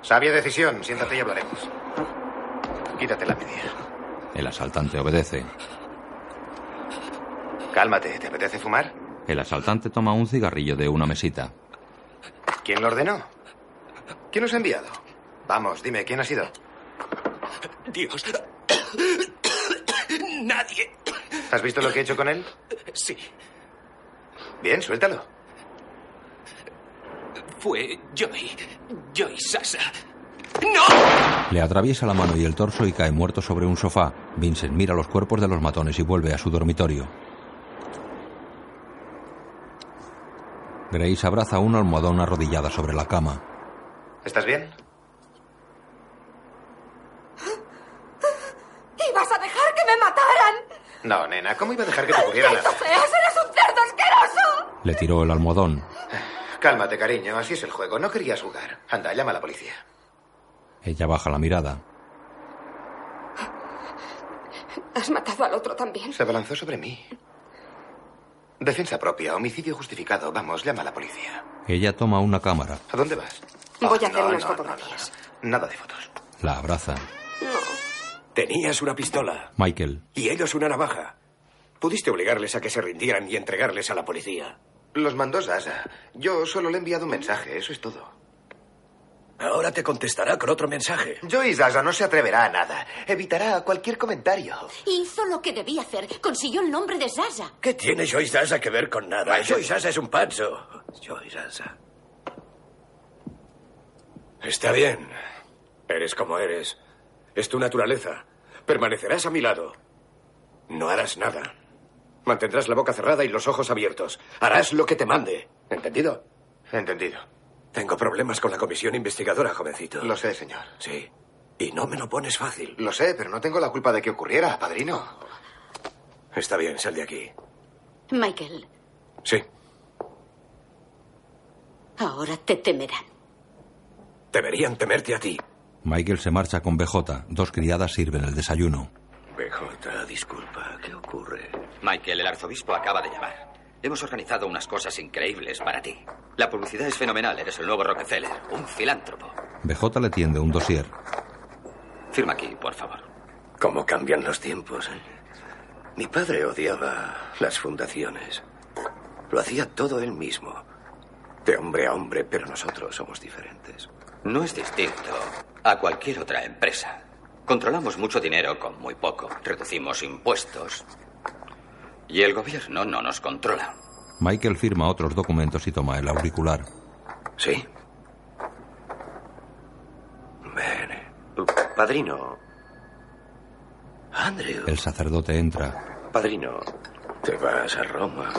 Speaker 9: Sabia decisión. Siéntate y hablaremos. Quítate la media.
Speaker 2: El asaltante obedece.
Speaker 9: Cálmate. ¿Te apetece fumar?
Speaker 2: El asaltante toma un cigarrillo de una mesita.
Speaker 9: ¿Quién lo ordenó? ¿Quién os ha enviado? Vamos, dime, ¿quién ha sido?
Speaker 4: Dios. Nadie.
Speaker 9: ¿Has visto lo que he hecho con él?
Speaker 4: Sí,
Speaker 9: Bien, suéltalo.
Speaker 4: fue Joy. Joy Sasa. ¡No!
Speaker 2: Le atraviesa la mano y el torso y cae muerto sobre un sofá. Vincent mira los cuerpos de los matones y vuelve a su dormitorio. Grace abraza un almohadón arrodillada sobre la cama.
Speaker 9: ¿Estás bien?
Speaker 21: ¡Ibas a dejar que me mataran!
Speaker 9: No, nena, ¿cómo iba a dejar que te ocurriera nada?
Speaker 21: ¡Maldito seas! ¡Eres un cerdo asqueroso!
Speaker 2: Le tiró el almohadón.
Speaker 9: Cálmate, cariño, así es el juego. No querías jugar. Anda, llama a la policía.
Speaker 2: Ella baja la mirada.
Speaker 21: Has matado al otro también.
Speaker 9: Se abalanzó sobre mí. Defensa propia, homicidio justificado. Vamos, llama a la policía.
Speaker 2: Ella toma una cámara.
Speaker 9: ¿A dónde vas?
Speaker 21: Voy
Speaker 9: Ah,
Speaker 21: a hacer
Speaker 9: no,
Speaker 21: unas
Speaker 9: no,
Speaker 21: fotografías.
Speaker 9: no, no. Nada de fotos.
Speaker 2: La abraza.
Speaker 3: Tenías una pistola
Speaker 2: Michael.
Speaker 3: y ellos una navaja. Pudiste obligarles a que se rindieran y entregarles a la policía.
Speaker 9: Los mandó Sasa. Yo solo le he enviado un mensaje, eso es todo.
Speaker 3: Ahora te contestará con otro mensaje.
Speaker 9: Yo y Sasa no se atreverá a nada. Evitará cualquier comentario.
Speaker 17: Hizo lo que debía hacer. Consiguió el nombre de Sasha.
Speaker 3: ¿Qué tiene Joy Sasa que ver con nada? Joy Sasa es un pancho. Joy Sasa. Está bien. Eres como eres. Es tu naturaleza. Permanecerás a mi lado. No harás nada. Mantendrás la boca cerrada y los ojos abiertos. Harás lo que te mande. ¿Entendido?
Speaker 9: Entendido.
Speaker 3: Tengo problemas con la comisión investigadora, jovencito.
Speaker 9: Lo sé, señor.
Speaker 3: Sí. Y no me lo pones fácil.
Speaker 9: Lo sé, pero no tengo la culpa de que ocurriera, padrino.
Speaker 3: Está bien, sal de aquí.
Speaker 17: Michael,
Speaker 3: Sí.
Speaker 17: ahora te temerán.
Speaker 3: Deberían temerte a ti.
Speaker 2: Michael se marcha con BJ. Dos criadas sirven el desayuno.
Speaker 3: BJ, disculpa, ¿qué ocurre?
Speaker 22: Michael, el arzobispo acaba de llamar. Hemos organizado unas cosas increíbles para ti. La publicidad es fenomenal. Eres el nuevo Rockefeller, un filántropo.
Speaker 2: BJ le tiende un dossier.
Speaker 22: Firma aquí, por favor.
Speaker 3: ¿Cómo cambian los tiempos? eh? Mi padre odiaba las fundaciones. Lo hacía todo él mismo. De hombre a hombre, pero nosotros somos diferentes.
Speaker 22: No es distinto a cualquier otra empresa. Controlamos mucho dinero con muy poco. Reducimos impuestos. Y el gobierno no nos controla.
Speaker 2: Michael firma otros documentos y toma el auricular.
Speaker 3: Sí. eh.
Speaker 9: Padrino.
Speaker 3: Andrew,
Speaker 2: El sacerdote entra.
Speaker 9: Padrino.
Speaker 3: te vas a Roma.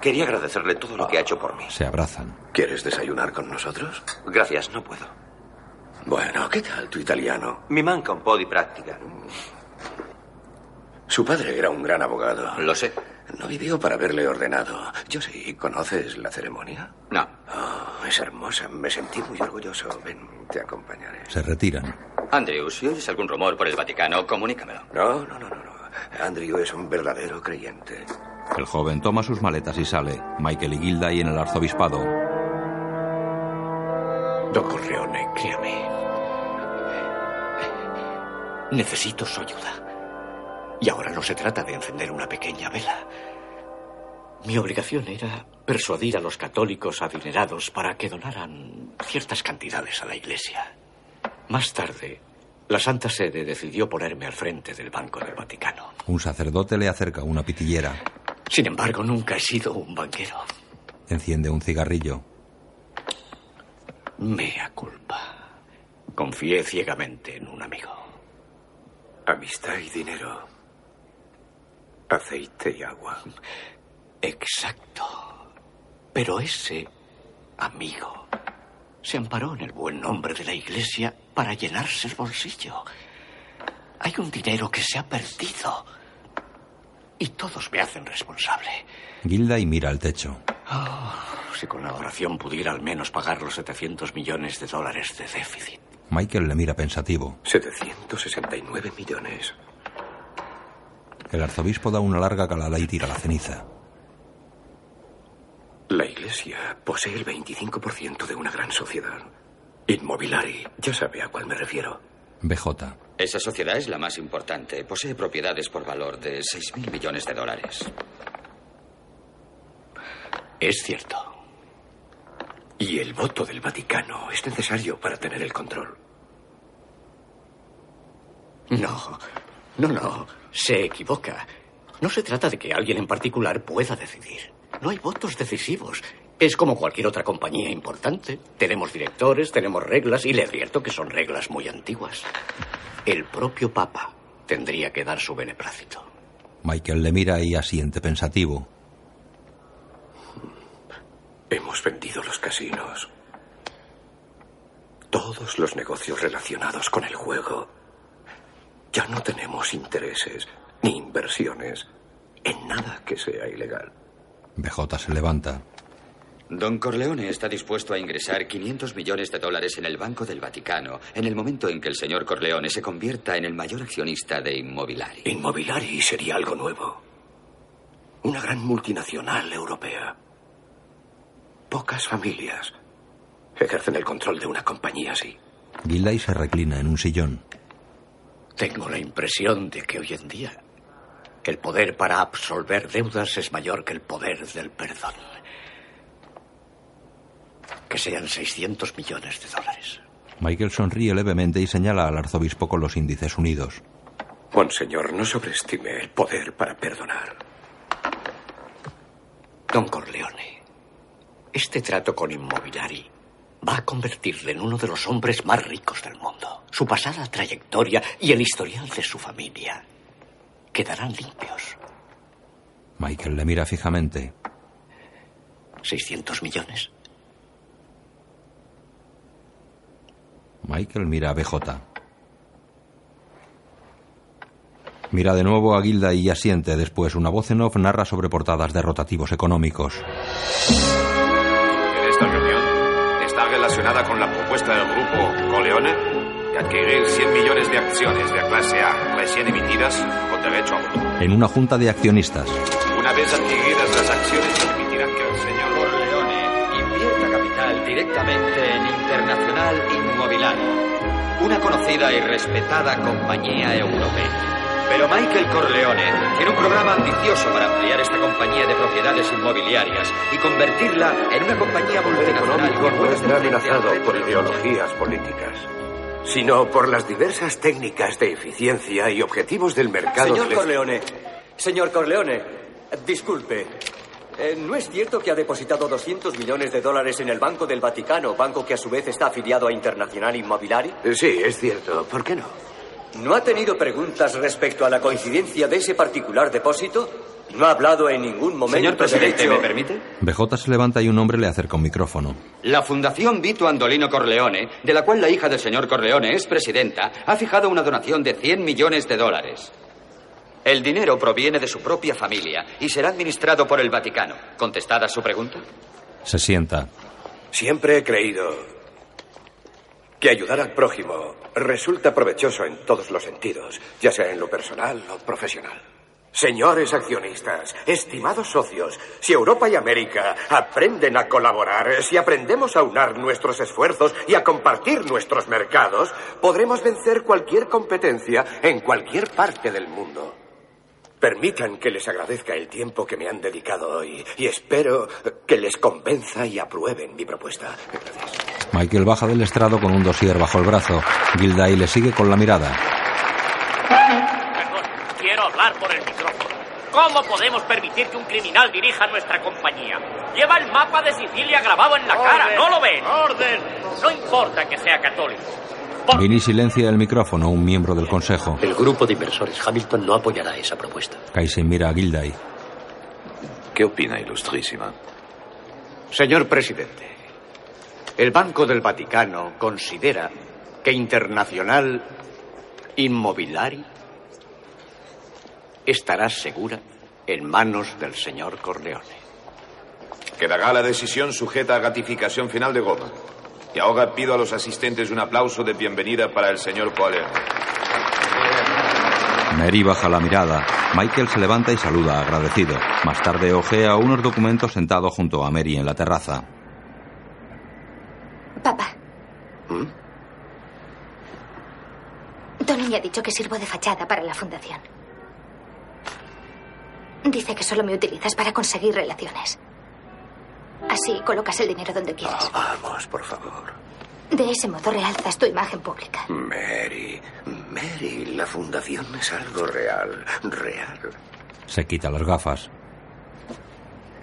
Speaker 9: Quería agradecerle todo lo que ha hecho por mí.
Speaker 2: Se abrazan.
Speaker 3: ¿Quieres desayunar con nosotros?
Speaker 9: Gracias, no puedo.
Speaker 3: Bueno, ¿qué tal tu italiano?
Speaker 9: Mi manca un po' di práctica.
Speaker 3: Su padre era un gran abogado.
Speaker 22: Lo sé.
Speaker 3: No vivió para verle ordenado. Yo sí, ¿conoces la ceremonia?
Speaker 22: No.
Speaker 3: Oh, es hermosa, me sentí muy orgulloso. Ven, te acompañaré.
Speaker 2: Se retiran.
Speaker 22: Andrew, si oyes algún rumor por el Vaticano, comunícamelo.
Speaker 3: No, no, no, no. no. Andrew es un verdadero creyente.
Speaker 2: El joven toma sus maletas y sale. Michael y Gilda y en el arzobispado.
Speaker 3: Don Corleone, créame.
Speaker 4: Necesito su ayuda. Y ahora no se trata de encender una pequeña vela. Mi obligación era persuadir a los católicos adinerados para que donaran ciertas cantidades a la Iglesia. Más tarde, la Santa Sede decidió ponerme al frente del Banco del Vaticano.
Speaker 2: Un sacerdote le acerca una pitillera.
Speaker 4: Sin embargo, nunca he sido un banquero.
Speaker 2: Enciende un cigarrillo.
Speaker 4: Mea culpa. Confié ciegamente en un amigo.
Speaker 3: Amistad y dinero. Aceite y agua.
Speaker 4: Exacto. Pero ese amigo se amparó en el buen nombre de la iglesia para llenarse el bolsillo. Hay un dinero que se ha perdido. Y todos me hacen responsable.
Speaker 2: Gilda y mira al techo.
Speaker 4: Oh, si con la oración pudiera al menos pagar los 700 millones de dólares de déficit.
Speaker 2: Michael le mira pensativo.
Speaker 3: 769 millones.
Speaker 2: El arzobispo da una larga calada y tira la ceniza.
Speaker 3: La iglesia posee el 25% de una gran sociedad. Inmobiliari, ya sabe a cuál me refiero.
Speaker 2: BJ.
Speaker 11: Esa sociedad es la más importante. Posee propiedades por valor de 6.000 millones de dólares.
Speaker 3: Es cierto. Y el voto del Vaticano es necesario para tener el control.
Speaker 4: No, no, no. Se equivoca. No se trata de que alguien en particular pueda decidir. No hay votos decisivos. Es como cualquier otra compañía importante. Tenemos directores, tenemos reglas y le advierto que son reglas muy antiguas. El propio Papa tendría que dar su beneplácito.
Speaker 2: Michael le mira y asiente pensativo.
Speaker 3: Hemos vendido los casinos. Todos los negocios relacionados con el juego. Ya no tenemos intereses ni inversiones en nada que sea ilegal.
Speaker 2: BJ se levanta.
Speaker 11: Don Corleone está dispuesto a ingresar 500 millones de dólares en el Banco del Vaticano en el momento en que el señor Corleone se convierta en el mayor accionista de Inmobiliari.
Speaker 3: Inmobiliari sería algo nuevo. Una gran multinacional europea. Pocas familias ejercen el control de una compañía así.
Speaker 2: Gilday se reclina en un sillón.
Speaker 4: Tengo la impresión de que hoy en día el poder para absolver deudas es mayor que el poder del perdón. Que sean 600 millones de dólares.
Speaker 2: Michael sonríe levemente y señala al arzobispo con los índices unidos.
Speaker 3: Monseñor, no sobreestime el poder para perdonar.
Speaker 4: Don Corleone, este trato con Inmobiliari va a convertirle en uno de los hombres más ricos del mundo. Su pasada trayectoria y el historial de su familia quedarán limpios.
Speaker 2: Michael le mira fijamente.
Speaker 4: ¿600 millones?
Speaker 2: Michael mira a BJ. Mira de nuevo a Gilda y asiente. Después, una voz en off narra sobre portadas de rotativos económicos.
Speaker 23: En esta reunión está relacionada con la propuesta del grupo Coleone de adquirir 100 millones de acciones de clase A recién emitidas con derecho a voto.
Speaker 2: En una junta de accionistas,
Speaker 23: Una vez adquiridas las acciones, permitirán que el señor
Speaker 11: Corleone invierta capital directamente en Internacional Inmobiliaria, una conocida y respetada compañía europea. Pero Michael Corleone tiene un programa ambicioso para ampliar esta compañía de propiedades inmobiliarias y convertirla en una compañía
Speaker 9: El
Speaker 11: multinacional
Speaker 9: económico
Speaker 11: con
Speaker 9: no
Speaker 11: buenas
Speaker 9: está amenazado
Speaker 11: tendencias.
Speaker 9: por ideologías políticas, sino por las diversas técnicas de eficiencia y objetivos del mercado.
Speaker 24: Señor
Speaker 9: del-
Speaker 24: Corleone, señor Corleone, disculpe. Eh, ¿No es cierto que ha depositado 200 millones de dólares en el Banco del Vaticano, banco que a su vez está afiliado a Internacional Inmobiliari?
Speaker 9: Sí, es cierto. ¿Por qué no?
Speaker 24: ¿No ha tenido preguntas respecto a la coincidencia de ese particular depósito? ¿No ha hablado en ningún momento
Speaker 11: Señor presidente,
Speaker 24: del hecho-
Speaker 11: ¿me permite?
Speaker 2: BJ se levanta y un hombre le acerca un micrófono.
Speaker 11: La Fundación Vito Andolino Corleone, de la cual la hija del señor Corleone es presidenta, ha fijado una donación de 100 millones de dólares. El dinero proviene de su propia familia y será administrado por el Vaticano. ¿Contestada su pregunta?
Speaker 2: Se sienta.
Speaker 9: Siempre he creído que ayudar al prójimo resulta provechoso en todos los sentidos, ya sea en lo personal o profesional. Señores accionistas, estimados socios, si Europa y América aprenden a colaborar, si aprendemos a unar nuestros esfuerzos y a compartir nuestros mercados, podremos vencer cualquier competencia en cualquier parte del mundo. Permitan que les agradezca el tiempo que me han dedicado hoy y espero que les convenza y aprueben mi propuesta.
Speaker 2: Michael baja del estrado con un dossier bajo el brazo. Gilday le sigue con la mirada.
Speaker 25: Quiero hablar por el micrófono. ¿Cómo podemos permitir que un criminal dirija nuestra compañía? Lleva el mapa de Sicilia grabado en la cara,
Speaker 26: Orden,
Speaker 25: ¿no lo ven? ¡Orden! No importa que sea católico.
Speaker 2: Billy silencia el micrófono, un miembro del consejo.
Speaker 4: El grupo de inversores Hamilton no apoyará esa propuesta.
Speaker 2: Kaiser mira a Gilday.
Speaker 27: ¿Qué opina, ilustrísima?
Speaker 4: Señor presidente, el Banco del Vaticano considera que Internacional Inmobiliari estará segura en manos del señor Corleone.
Speaker 23: Corleone. Quedará la decisión sujeta a gratificación final de Goma.
Speaker 9: Y ahora pido a los asistentes un aplauso de bienvenida para el señor Kohler.
Speaker 2: Mary baja la mirada. Michael se levanta y saluda agradecido. Más tarde ojea unos documentos sentado junto a Mary en la terraza.
Speaker 7: Papá.
Speaker 9: ¿Mm?
Speaker 7: Tony me ha dicho que sirvo de fachada para la fundación. Dice que solo me utilizas para conseguir relaciones. Así colocas el dinero donde quieres.
Speaker 9: Ah,
Speaker 3: Vamos, por favor.
Speaker 7: De ese modo realzas tu imagen pública.
Speaker 3: Mary, Mary, la fundación es algo real, real.
Speaker 2: Se quita las gafas.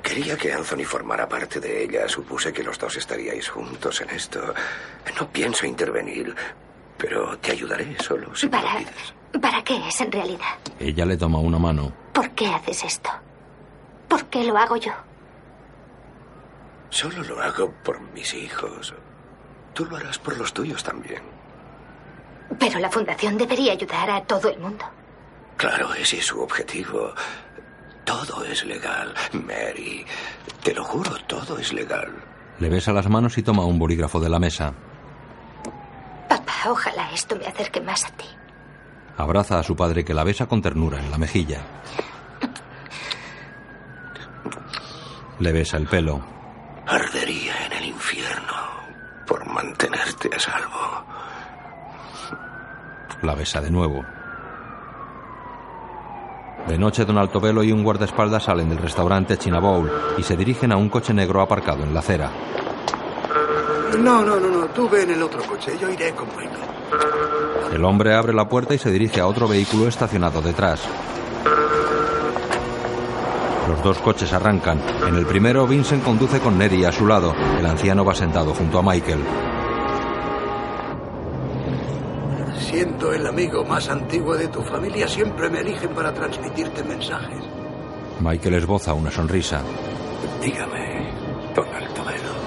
Speaker 3: Quería que Anthony formara parte de ella. Supuse que los dos estaríais juntos en esto. No pienso intervenir, pero te ayudaré solo si me lo
Speaker 7: ¿Para, ¿Para qué es en realidad?
Speaker 2: Ella le toma una mano.
Speaker 7: ¿Por qué haces esto? ¿Por qué lo hago yo?
Speaker 3: Solo lo hago por mis hijos. Tú lo harás por los tuyos también.
Speaker 7: Pero la fundación debería ayudar a todo el mundo.
Speaker 3: Claro, ese es su objetivo. Todo es legal, Mary. Te lo juro, todo es legal.
Speaker 2: Le besa las manos y toma un bolígrafo de la mesa.
Speaker 7: Papá, ojalá esto me acerque más a ti.
Speaker 2: Abraza a su padre que la besa con ternura en la mejilla. Le besa el pelo.
Speaker 3: Ardería en el infierno por mantenerte a salvo.
Speaker 2: La besa de nuevo. De noche, Don Altovelo y un guardaespaldas salen del restaurante China Bowl y se dirigen a un coche negro aparcado en la acera.
Speaker 18: No, no, no, no. Tú ve en el otro coche. Yo iré con Michael.
Speaker 2: El hombre abre la puerta y se dirige a otro vehículo estacionado detrás. Los dos coches arrancan. En el primero, Vincent conduce con Neri a su lado. El anciano va sentado junto a Michael.
Speaker 18: Siendo el amigo más antiguo de tu familia, siempre me eligen para transmitirte mensajes.
Speaker 2: Michael esboza una sonrisa.
Speaker 18: Dígame,
Speaker 2: Don Altovelo.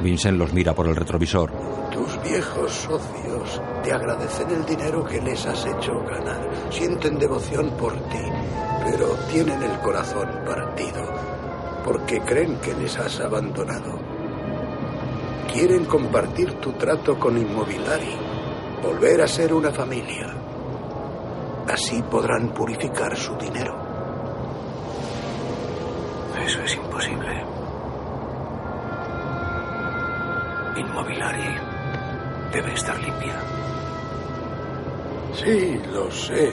Speaker 2: Vincent los mira por el retrovisor.
Speaker 18: Tus viejos socios te agradecen el dinero que les has hecho ganar. Sienten devoción por ti, pero tienen el corazón partido porque creen que les has abandonado. Quieren compartir tu trato con Inmobiliari, volver a ser una familia. Así podrán purificar su dinero.
Speaker 3: Eso es imposible. Inmobiliari debe estar limpia.
Speaker 18: Sí, lo sé.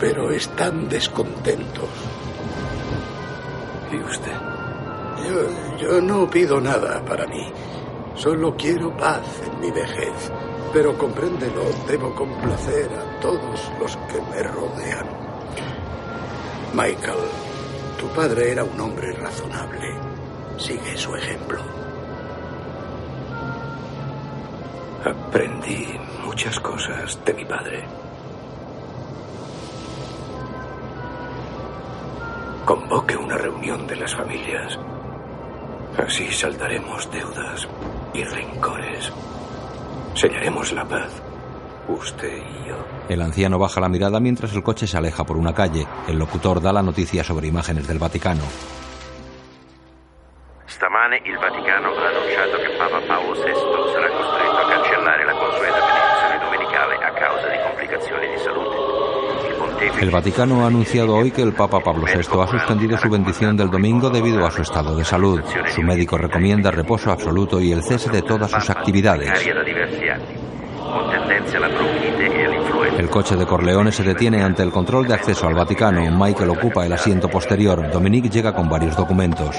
Speaker 18: Pero están descontentos.
Speaker 3: ¿Y usted?
Speaker 18: Yo, yo no pido nada para mí. Solo quiero paz en mi vejez. Pero compréndelo, debo complacer a todos los que me rodean. Michael, tu padre era un hombre razonable. Sigue su ejemplo.
Speaker 3: Aprendí muchas cosas de mi padre. Convoque una reunión de las familias. Así saldaremos deudas y rencores. Sellaremos la paz. Usted y yo.
Speaker 2: El anciano baja la mirada mientras el coche se aleja por una calle. El locutor da la noticia sobre imágenes del Vaticano.
Speaker 8: Stamane il Vaticano ha annunciato che Papa Paolo VI sarà costretto a cancellare la consueta benedizione domenicale a causa di complicazioni di salute. Il pontefice
Speaker 2: El Vaticano ha anunciado hoy que el Papa Pablo VI ha suspendido su bendición del domingo debido a su estado de salud. Su médico recomienda reposo absoluto y el cese de todas sus actividades.
Speaker 8: aria da diversi anni, con tendenze alla bronchite e all'influenza.
Speaker 2: El coche de Corleone se detiene ante el control de acceso al Vaticano. Michael ocupa el asiento posterior. Dominique llega con varios documentos.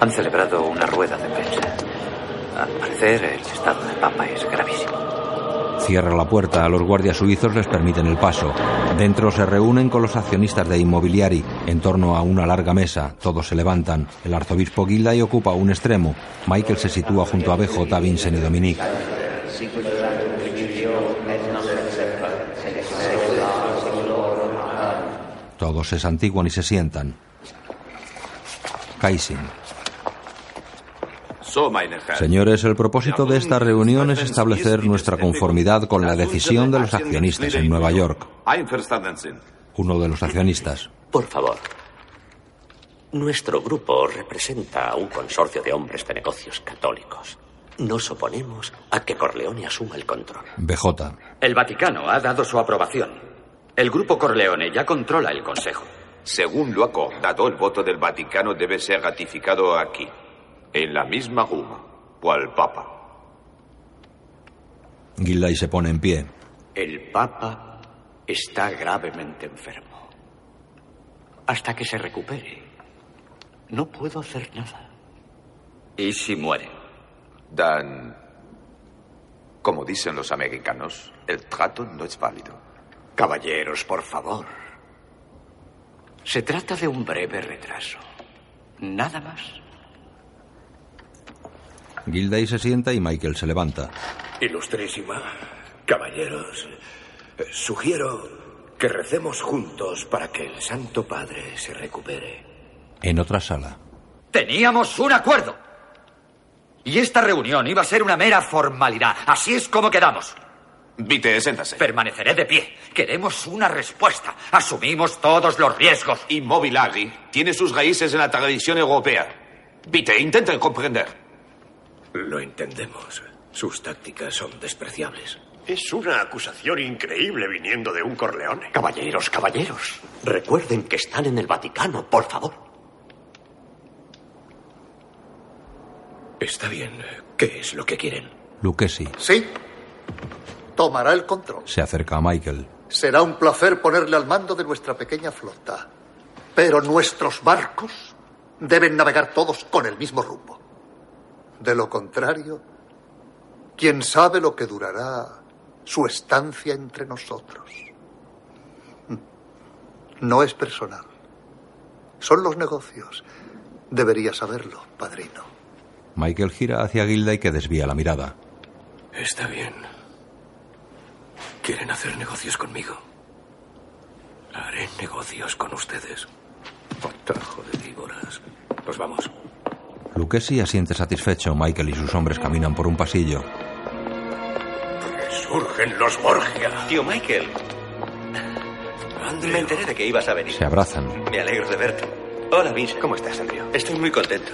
Speaker 8: Han celebrado una rueda de prensa. Al parecer, el estado del Papa es gravísimo.
Speaker 2: Cierra la puerta. Los guardias suizos les permiten el paso. Dentro se reúnen con los accionistas de Inmobiliari. En torno a una larga mesa, todos se levantan. El arzobispo Gilday ocupa un extremo. Michael se sitúa junto a BJ, Vincent y Dominique. Todos se santiguan y se sientan. Kaisin.
Speaker 9: So, meine Herren.
Speaker 2: Señores, el propósito de esta reunión es establecer nuestra conformidad con la decisión de los accionistas en Nueva York.
Speaker 9: Einverstanden sind.
Speaker 2: Uno de los accionistas.
Speaker 8: Por favor.
Speaker 28: Nuestro grupo representa a un consorcio de hombres de negocios católicos. Nos oponemos a que Corleone asuma el control.
Speaker 2: BJ.
Speaker 11: El Vaticano ha dado su aprobación. El grupo Corleone ya controla el Consejo.
Speaker 29: Según lo acordado, el voto del Vaticano debe ser ratificado aquí, en la misma Roma, cual Papa.
Speaker 2: Gilday se pone en pie.
Speaker 4: El Papa está gravemente enfermo. Hasta que se recupere, no puedo hacer nada.
Speaker 30: ¿Y si muere? Dan. Como dicen los americanos, el trato no es válido.
Speaker 4: Caballeros, por favor. Se trata de un breve retraso. Nada más.
Speaker 2: Gilday se sienta y Michael se levanta.
Speaker 3: Ilustrísima, caballeros, eh, sugiero que recemos juntos para que el Santo Padre se recupere.
Speaker 2: En otra sala.
Speaker 11: Teníamos un acuerdo. Y esta reunión iba a ser una mera formalidad. Así es como quedamos.
Speaker 29: Vite, séntase.
Speaker 11: Permaneceré de pie. Queremos una respuesta. Asumimos todos los riesgos.
Speaker 29: Y Mobilaghi tiene sus raíces en la tradición europea. Vite, intenten comprender.
Speaker 3: Lo entendemos. Sus tácticas son despreciables.
Speaker 31: Es una acusación increíble viniendo de un Corleone.
Speaker 4: Caballeros, caballeros, recuerden que están en el Vaticano, por favor.
Speaker 3: Está bien. ¿Qué es lo que quieren?
Speaker 2: Lucchesi
Speaker 32: Sí. Tomará el control.
Speaker 2: se acerca a Michael.
Speaker 32: Será un placer ponerle al mando de nuestra pequeña flota. Pero nuestros barcos deben navegar todos con el mismo rumbo. De lo contrario, quién sabe lo que durará su estancia entre nosotros. No es personal. Son los negocios. Debería saberlo, padrino.
Speaker 2: Michael gira hacia Gilday que desvía la mirada.
Speaker 3: Está bien. Quieren hacer negocios conmigo. Haré negocios con ustedes. Atajo de víboras. Nos vamos.
Speaker 2: Lucchesi asiente satisfecho. Michael y sus hombres caminan por un pasillo.
Speaker 3: Surgen los Borgia.
Speaker 22: Tío Michael. Me enteré de que ibas a venir.
Speaker 2: Se abrazan.
Speaker 22: Me alegro de verte. Hola, Vince. ¿Cómo estás, Andrew? Estoy muy contento.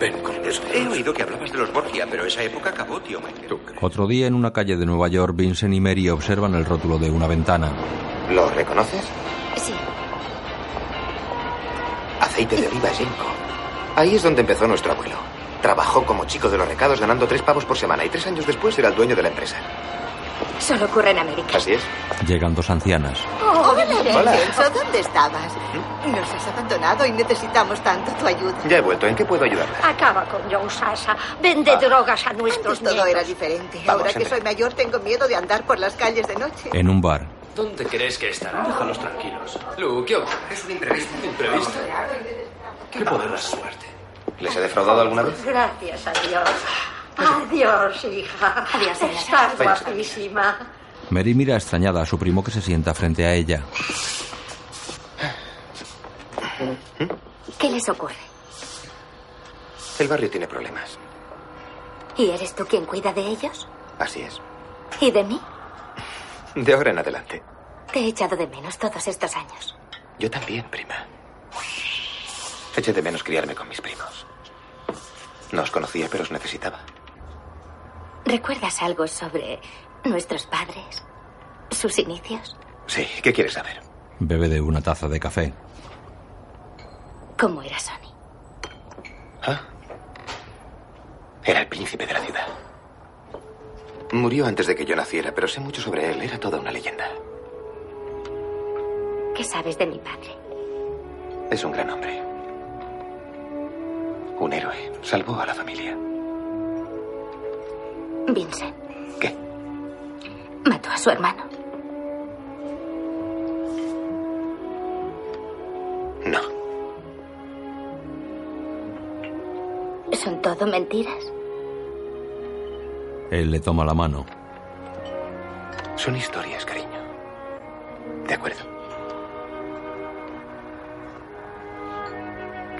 Speaker 3: Ven con nosotros.
Speaker 22: He oído que hablabas de los Borgia, pero esa época acabó, tío Michael.
Speaker 2: Otro día en una calle de Nueva York, Vincent y Mary observan el rótulo de una ventana.
Speaker 32: ¿Lo reconoces?
Speaker 7: Sí.
Speaker 32: Aceite de oliva es Inco. Ahí es donde empezó nuestro abuelo. Trabajó como chico de los recados ganando tres pavos por semana y tres años después era el dueño de la empresa.
Speaker 7: Solo ocurre en América.
Speaker 32: Así es.
Speaker 2: Llegan dos ancianas.
Speaker 33: Hola,
Speaker 32: Hola.
Speaker 33: Vincenzo, ¿dónde estabas? Nos has abandonado y necesitamos tanto tu ayuda.
Speaker 32: Ya he vuelto. ¿En qué puedo ayudarla?
Speaker 33: Acaba con John Sasa. Vende drogas a nuestros Ah. Antes todo nietos. era diferente.
Speaker 32: Vamos,
Speaker 33: Ahora que
Speaker 32: Henry.
Speaker 33: soy mayor tengo miedo de andar por las calles de noche.
Speaker 2: En un bar.
Speaker 34: ¿Dónde crees que estarán? Déjalos tranquilos. Lu, ¿qué ocurre? Es un imprevisto. ¿Imprevisto? Qué poderosa suerte.
Speaker 32: ¿Les he defraudado alguna vez?
Speaker 33: Gracias a Dios. Adiós, hija. Adiós, Estás
Speaker 2: Ven, siéntate.
Speaker 33: guapísima.
Speaker 2: Mary mira extrañada a su primo que se sienta frente a ella.
Speaker 7: ¿Qué les ocurre?
Speaker 32: El barrio tiene problemas.
Speaker 7: ¿Y eres tú quien cuida de ellos?
Speaker 32: Así es.
Speaker 7: ¿Y de mí?
Speaker 32: De ahora en adelante.
Speaker 7: Te he echado de menos todos estos años.
Speaker 32: Yo también, prima. Eché de menos criarme con mis primos. No os conocía, pero os necesitaba.
Speaker 7: ¿Recuerdas algo sobre nuestros padres? ¿Sus inicios?
Speaker 32: Sí, ¿qué quieres saber?
Speaker 2: Bebe de una taza de café.
Speaker 7: ¿Cómo era Sonny?
Speaker 32: Era el príncipe de la ciudad. Murió antes de que yo naciera, pero sé mucho sobre él. Era toda una leyenda.
Speaker 7: ¿Qué sabes de mi padre?
Speaker 32: Es un gran hombre. Un héroe. Salvó a la familia.
Speaker 7: Vincent. ¿Qué? Mató a su hermano.
Speaker 32: No.
Speaker 7: ¿Son todo mentiras?
Speaker 2: Él le toma la mano.
Speaker 32: Son historias, cariño. De acuerdo.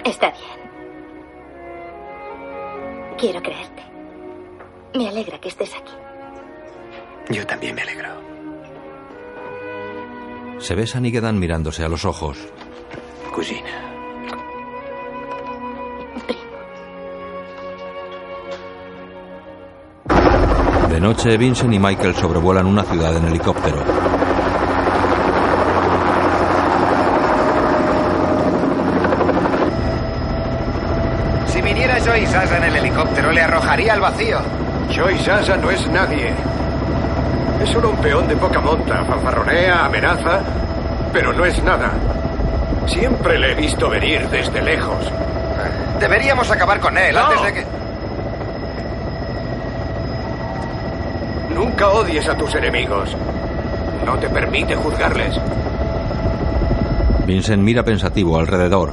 Speaker 7: Está bien. Quiero creerte. Me alegra que estés aquí.
Speaker 32: Yo también me alegro.
Speaker 2: Se besan y quedan mirándose a los ojos.
Speaker 32: Cugina.
Speaker 2: De noche, Vincent y Michael sobrevuelan una ciudad en helicóptero.
Speaker 35: Si viniera Joy Sasa en el helicóptero, le arrojaría al vacío.
Speaker 3: Joy Sasa no es nadie. Es solo un peón de poca monta, fanfarronea, amenaza, pero no es nada. Siempre le he visto venir desde lejos.
Speaker 35: Deberíamos acabar con él antes de que.
Speaker 3: Nunca odies a tus enemigos. No te permite juzgarles.
Speaker 2: Vincent mira pensativo alrededor.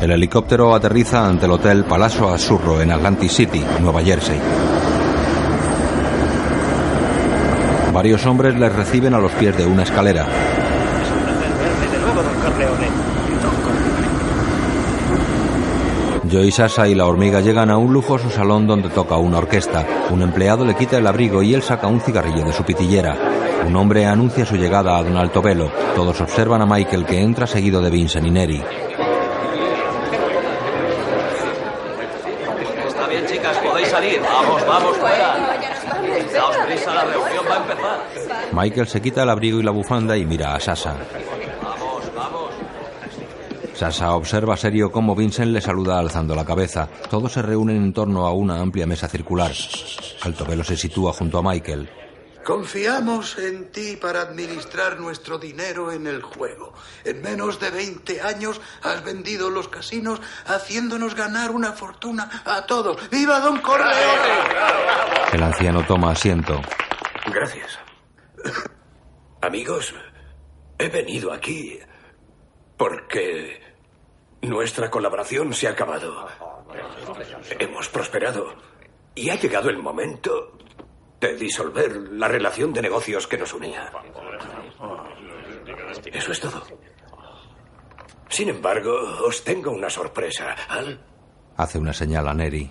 Speaker 2: El helicóptero aterriza ante el hotel Palazzo Azzurro en Atlantic City, Nueva Jersey. Varios hombres les reciben a los pies de una escalera.
Speaker 15: De nuevo, don Corleone.
Speaker 2: Joey Sasa y la hormiga llegan a un lujoso salón donde toca una orquesta. Un empleado le quita el abrigo y él saca un cigarrillo de su pitillera. Un hombre anuncia su llegada a Don Alto Velo. Todos observan a Michael que entra seguido de Vincent y Neri.
Speaker 6: Está bien, chicas, podéis salir. Vamos, vamos, fuera. Daos prisa, la reunión va a empezar.
Speaker 2: Michael se quita el abrigo y la bufanda y mira a Sasa.
Speaker 6: Vamos, vamos.
Speaker 2: Sasa observa serio cómo Vincent le saluda alzando la cabeza. Todos se reúnen en torno a una amplia mesa circular. Altovelo se sitúa junto a Michael.
Speaker 18: Confiamos en ti para administrar nuestro dinero en el juego. En menos de 20 años has vendido los casinos haciéndonos ganar una fortuna a todos. ¡Viva Don Corleone!
Speaker 2: El anciano toma asiento.
Speaker 3: Gracias. Amigos, he venido aquí porque nuestra colaboración se ha acabado. Hemos prosperado y ha llegado el momento de disolver la relación de negocios que nos unía. Eso es todo. Sin embargo, os tengo una sorpresa. Al-
Speaker 2: Hace una señal a Neri.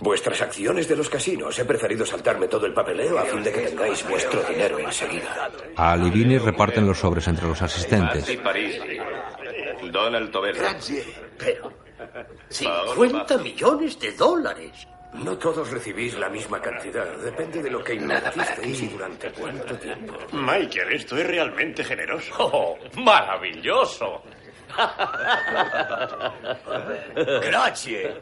Speaker 3: Vuestras acciones de los casinos. He preferido saltarme todo el papeleo a fin de que tengáis vuestro dinero enseguida.
Speaker 2: Al y Vini reparten los sobres entre los asistentes.
Speaker 30: Y París. Donald Tobel.
Speaker 3: Gracias.
Speaker 35: Pero.
Speaker 3: 50 millones de dólares. No todos recibís la misma cantidad. Depende de lo que invertisteis y durante cuánto tiempo.
Speaker 31: Michael, esto es realmente generoso. Oh,
Speaker 3: maravilloso.
Speaker 31: Gracias.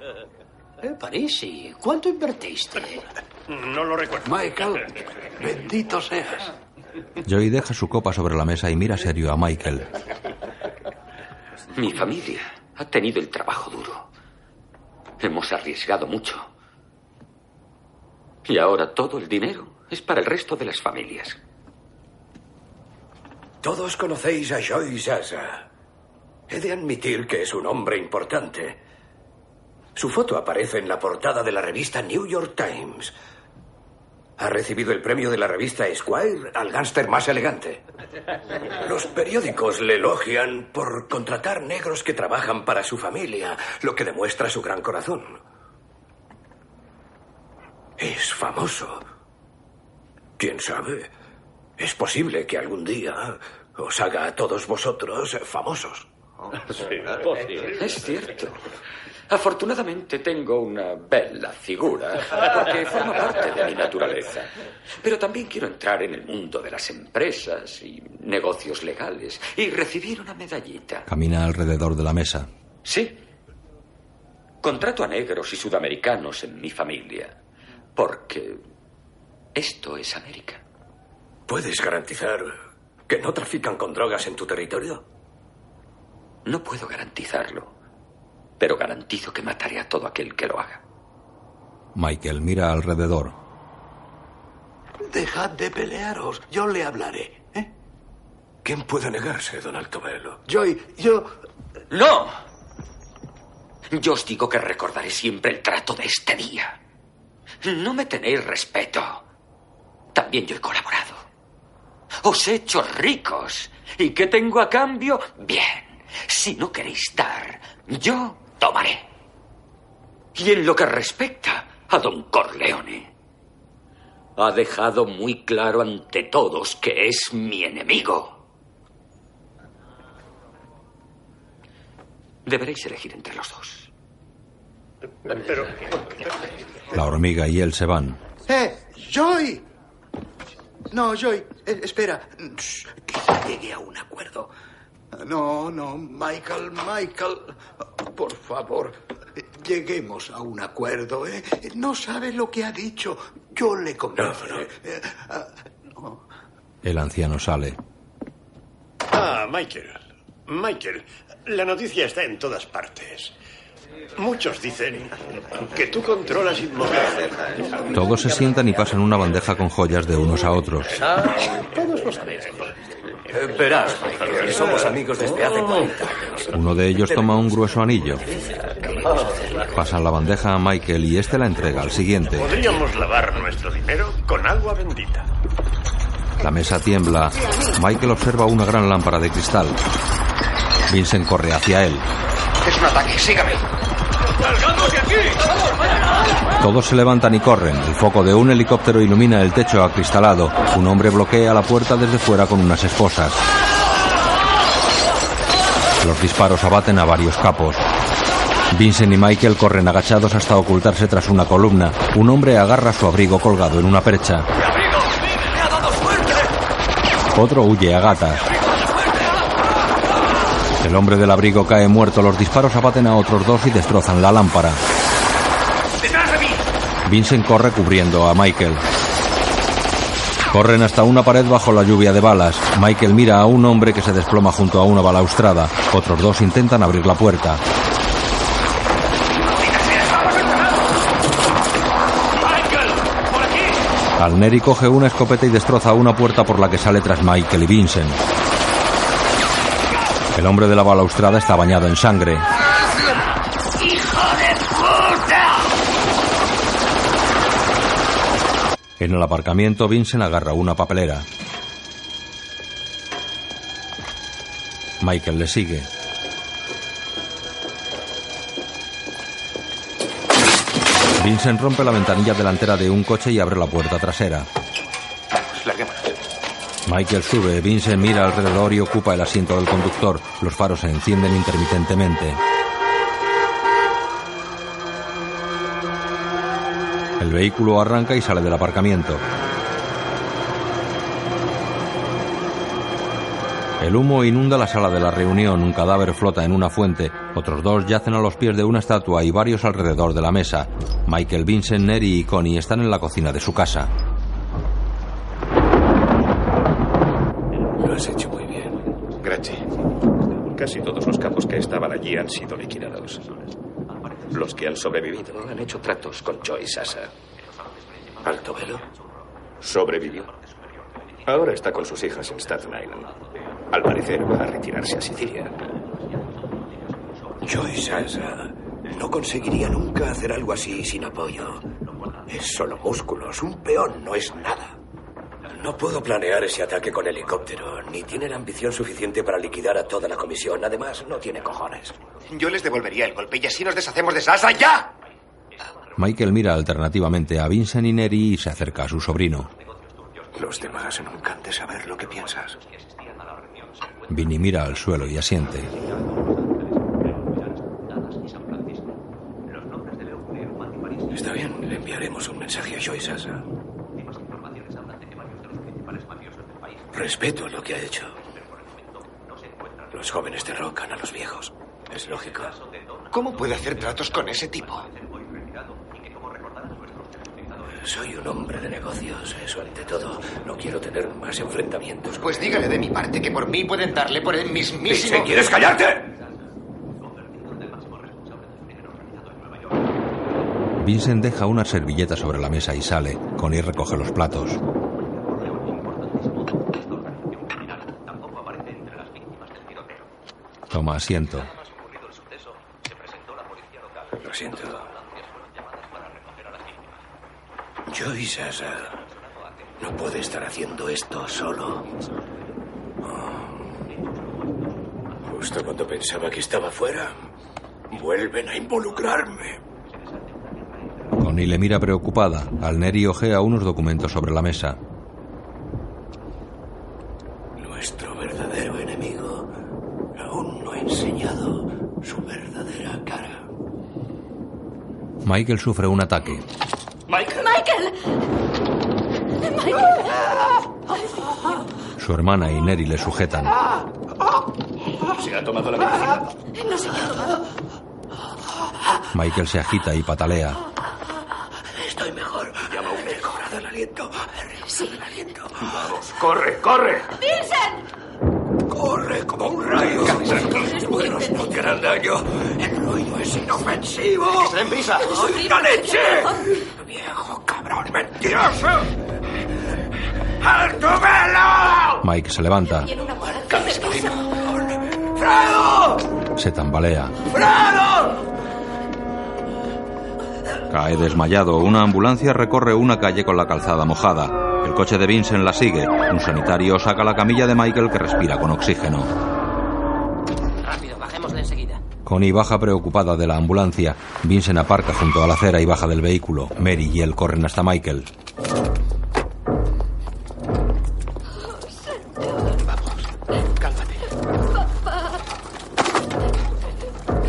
Speaker 4: Eh, Parisi, ¿cuánto invertiste?
Speaker 31: No lo recuerdo.
Speaker 4: Michael, bendito seas.
Speaker 2: Joey deja su copa sobre la mesa y mira serio a Michael.
Speaker 11: Mi familia ha tenido el trabajo duro. Hemos arriesgado mucho. Y ahora todo el dinero es para el resto de las familias.
Speaker 3: Todos conocéis a Joy Sasa. He de admitir que es un hombre importante. Su foto aparece en la portada de la revista New York Times. Ha recibido el premio de la revista Esquire al gángster más elegante. Los periódicos le elogian por contratar negros que trabajan para su familia, lo que demuestra su gran corazón. Es famoso. ¿Quién sabe? Es posible que algún día os haga a todos vosotros famosos.
Speaker 11: Es cierto. Afortunadamente tengo una bella figura, porque forma parte de mi naturaleza. Pero también quiero entrar en el mundo de las empresas y negocios legales y recibir una medallita.
Speaker 2: Camina alrededor de la mesa.
Speaker 11: Sí. Contrato a negros y sudamericanos en mi familia, porque esto es América.
Speaker 3: ¿Puedes garantizar que no trafican con drogas en tu territorio?
Speaker 11: No puedo garantizarlo, pero garantizo que mataré a todo aquel que lo haga.
Speaker 2: Michael mira alrededor.
Speaker 18: Dejad de pelearos, yo le hablaré.
Speaker 3: ¿Quién puede negarse, don Altobelo?
Speaker 18: Joy, yo...
Speaker 11: ¡No! Yo os digo que recordaré siempre el trato de este día. No me tenéis respeto. También yo he colaborado. Os he hecho ricos. ¿Y qué tengo a cambio? Bien. Si no queréis dar, yo tomaré. Y en lo que respecta a don Corleone, ha dejado muy claro ante todos que es mi enemigo. Deberéis elegir entre los dos.
Speaker 31: Pero.
Speaker 2: La hormiga y él se van.
Speaker 32: ¡Eh!
Speaker 36: ¡Joy! No, Joy, eh, espera. Shh, que se llegue a un acuerdo.
Speaker 18: No, no, Michael, Michael. Por favor, lleguemos a un acuerdo, ¿eh? No sabe lo que ha dicho. Yo le convenceré. Eh, ah,
Speaker 2: El anciano sale.
Speaker 8: Ah, Michael. Michael, la noticia está en todas partes. Muchos dicen que tú controlas Inmobiliaria.
Speaker 2: Todos se sientan y pasan una bandeja con joyas de unos a otros.
Speaker 8: Todos lo sabéis.
Speaker 11: Eh, Verás, Michael, somos amigos desde hace 40 años.
Speaker 2: Uno de ellos toma un grueso anillo. Pasan la bandeja a Michael y este la entrega al siguiente.
Speaker 8: Podríamos lavar nuestro dinero con agua bendita.
Speaker 2: La mesa tiembla. Michael observa una gran lámpara de cristal. Vincent corre hacia él.
Speaker 9: Es un ataque, sígame. ¡Salgamos de aquí!
Speaker 2: Todos se levantan y corren. El foco de un helicóptero ilumina el techo acristalado. Un hombre bloquea la puerta desde fuera con unas esposas. Los disparos abaten a varios capos. Vincent y Michael corren agachados hasta ocultarse tras una columna. Un hombre agarra su abrigo colgado en una percha. Otro huye a gatas. El hombre del abrigo cae muerto. Los disparos abaten a otros dos y destrozan la lámpara.
Speaker 9: ¡Detrás de mí!
Speaker 2: Vincent corre cubriendo a Michael. Corren hasta una pared bajo la lluvia de balas. Michael mira a un hombre que se desploma junto a una balaustrada. Otros dos intentan abrir la puerta. Alneri coge una escopeta y destroza una puerta por la que sale tras Michael y Vincent. El hombre de la balaustrada está bañado en sangre.
Speaker 9: ¡Hijo de puta!
Speaker 2: En el aparcamiento, Vincent agarra una papelera. Michael le sigue. Vincent rompe la ventanilla delantera de un coche y abre la puerta trasera. Michael sube, Vincent mira alrededor y ocupa el asiento del conductor. Los faros se encienden intermitentemente. El vehículo arranca y sale del aparcamiento. El humo inunda la sala de la reunión, un cadáver flota en una fuente, otros dos yacen a los pies de una estatua y varios alrededor de la mesa. Michael, Vincent, Neri y Connie están en la cocina de su casa.
Speaker 37: Lo has hecho muy bien. Gracias. Casi todos los capos que estaban allí han sido liquidados. Los que han sobrevivido han hecho tratos con Joy Sasa. ¿Alto velo? Sobrevivió. Ahora está con sus hijas en Staten Island. Al parecer va a retirarse a Sicilia.
Speaker 38: Joy Sasa no conseguiría nunca hacer algo así sin apoyo. Es solo músculos. Un peón no es nada.
Speaker 3: No puedo planear ese ataque con helicóptero, ni tiene la ambición suficiente para liquidar a toda la comisión. Además, no tiene cojones.
Speaker 9: Yo les devolvería el golpe y así nos deshacemos de Sasa ya.
Speaker 2: Michael mira alternativamente a Vincent y Neri y se acerca a su sobrino.
Speaker 9: Los demás nunca han de saber lo que piensas.
Speaker 2: Vinny mira al suelo y asiente.
Speaker 3: Está bien, le enviaremos un mensaje a Joy Sasa. Respeto lo que ha hecho. Los jóvenes derrocan a los viejos. Es lógico.
Speaker 9: ¿Cómo puede hacer tratos con ese tipo?
Speaker 3: Soy un hombre de negocios, eso ante todo. No quiero tener más enfrentamientos.
Speaker 9: Pues dígale de mi parte que por mí pueden darle por el mismísimo.
Speaker 3: Dice, ¿quieres callarte?
Speaker 2: Vincent deja una servilleta sobre la mesa y sale. Connie recoge los platos. Toma asiento.
Speaker 3: Lo siento. Joy Sasa no puede estar haciendo esto solo. Oh. Justo cuando pensaba que estaba fuera, vuelven a involucrarme.
Speaker 2: Connie le mira preocupada. Alneri ojea unos documentos sobre la mesa.
Speaker 3: Nuestro verdadero enemigo aún no ha enseñado su verdadera cara.
Speaker 2: Michael sufre un ataque.
Speaker 39: Michael.
Speaker 9: Michael.
Speaker 2: Su hermana y Neri le sujetan.
Speaker 9: Ah.
Speaker 8: ¿Se ha tomado la medicina?
Speaker 1: No, señor.
Speaker 2: Michael se agita y patalea.
Speaker 1: Estoy mejor.
Speaker 8: Llama a un médico. Cobrado
Speaker 1: el aliento. Sí. El aliento.
Speaker 8: Vamos, corre, corre.
Speaker 1: ¡Vincent!
Speaker 8: Corre como un rayo. Los buenos no te harán daño. El ruido
Speaker 3: Pues
Speaker 8: es inofensivo. ¡Ten prisa! ¡La leche! ¡Viejo cabrón mentiroso! ¡Alto velo!
Speaker 2: Mike se levanta,
Speaker 8: ¡Fredo!
Speaker 2: se tambalea,
Speaker 8: ¡Fredo!
Speaker 2: cae desmayado. Una ambulancia recorre una calle con la calzada mojada. El coche de Vincent la sigue. Un sanitario saca la camilla de Michael que respira con oxígeno.
Speaker 40: Rápido, bajémosle enseguida.
Speaker 2: Connie baja preocupada de la ambulancia. Vincent aparca junto a la acera y baja del vehículo. Mary y él corren hasta Michael.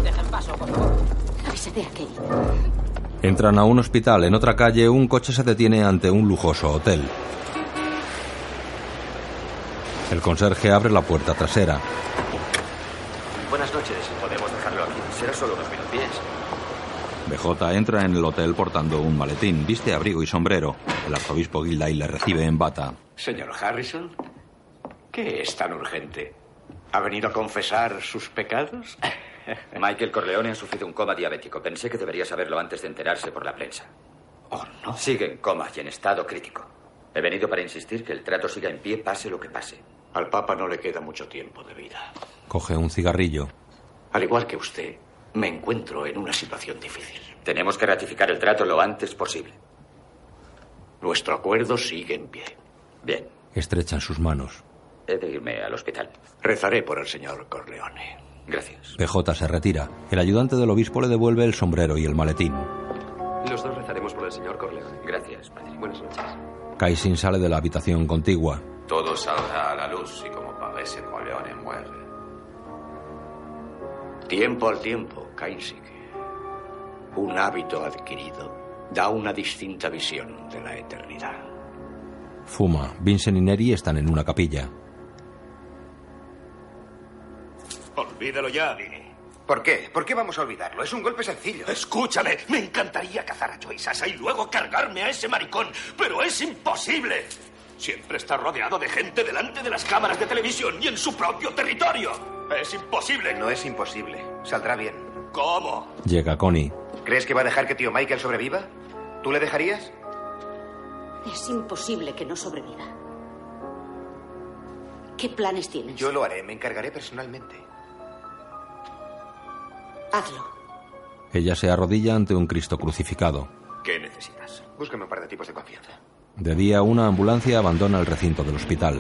Speaker 40: Dejen paso, por favor. Avísate aquí.
Speaker 2: Entran a un hospital. En otra calle, un coche se detiene ante un lujoso hotel. El conserje abre la puerta trasera.
Speaker 41: Buenas noches. Podemos dejarlo aquí. Será solo unos minutos.
Speaker 2: BJ entra en el hotel portando un maletín, viste abrigo y sombrero. El arzobispo Gilday le recibe en bata.
Speaker 4: Señor Harrison, ¿qué es tan urgente? ¿Ha venido a confesar sus pecados?
Speaker 11: Michael Corleone ha sufrido un coma diabético. Pensé que debería saberlo antes de enterarse por la prensa.
Speaker 4: Oh, no.
Speaker 11: Sigue en coma y en estado crítico. He venido para insistir que el trato siga en pie, pase lo que pase.
Speaker 4: Al Papa no le queda mucho tiempo de vida.
Speaker 2: Coge un cigarrillo.
Speaker 4: Al igual que usted, me encuentro en una situación difícil.
Speaker 11: Tenemos que ratificar el trato lo antes posible.
Speaker 4: Nuestro acuerdo sigue en pie.
Speaker 11: Bien,
Speaker 2: Estrechan sus manos.
Speaker 11: he de irme al hospital.
Speaker 4: Rezaré por el señor Corleone.
Speaker 11: Gracias.
Speaker 2: BJ se retira. El ayudante del obispo le devuelve el sombrero y el maletín.
Speaker 41: Los dos rezaremos por el señor Corleone. Gracias, padre. Buenas noches.
Speaker 2: Kaisin sale de la habitación contigua.
Speaker 42: Todo saldrá a la luz y como parece Corleone muere.
Speaker 4: Tiempo al tiempo, Kainsik. Un hábito adquirido da una distinta visión de la eternidad.
Speaker 2: Fuma. Vincent y Neri están en una capilla.
Speaker 3: Olvídalo ya, Dini.
Speaker 9: ¿Por qué? ¿Por qué vamos a olvidarlo? Es un golpe sencillo.
Speaker 3: Escúchame, me encantaría cazar a Joy Sasa y luego cargarme a ese maricón, pero es imposible. Siempre está rodeado de gente delante de las cámaras de televisión y en su propio territorio. Es imposible.
Speaker 9: No es imposible. Saldrá bien.
Speaker 3: ¿Cómo?
Speaker 2: Llega Connie.
Speaker 9: ¿Crees que va a dejar que tío Michael sobreviva? ¿Tú le dejarías?
Speaker 1: Es imposible que no sobreviva. ¿Qué planes tienes?
Speaker 9: Yo lo haré. Me encargaré personalmente.
Speaker 1: Hazlo.
Speaker 2: Ella se arrodilla ante un Cristo crucificado.
Speaker 3: ¿Qué necesitas?
Speaker 9: Búscame un par de tipos de confianza.
Speaker 2: De día, una ambulancia abandona el recinto del hospital.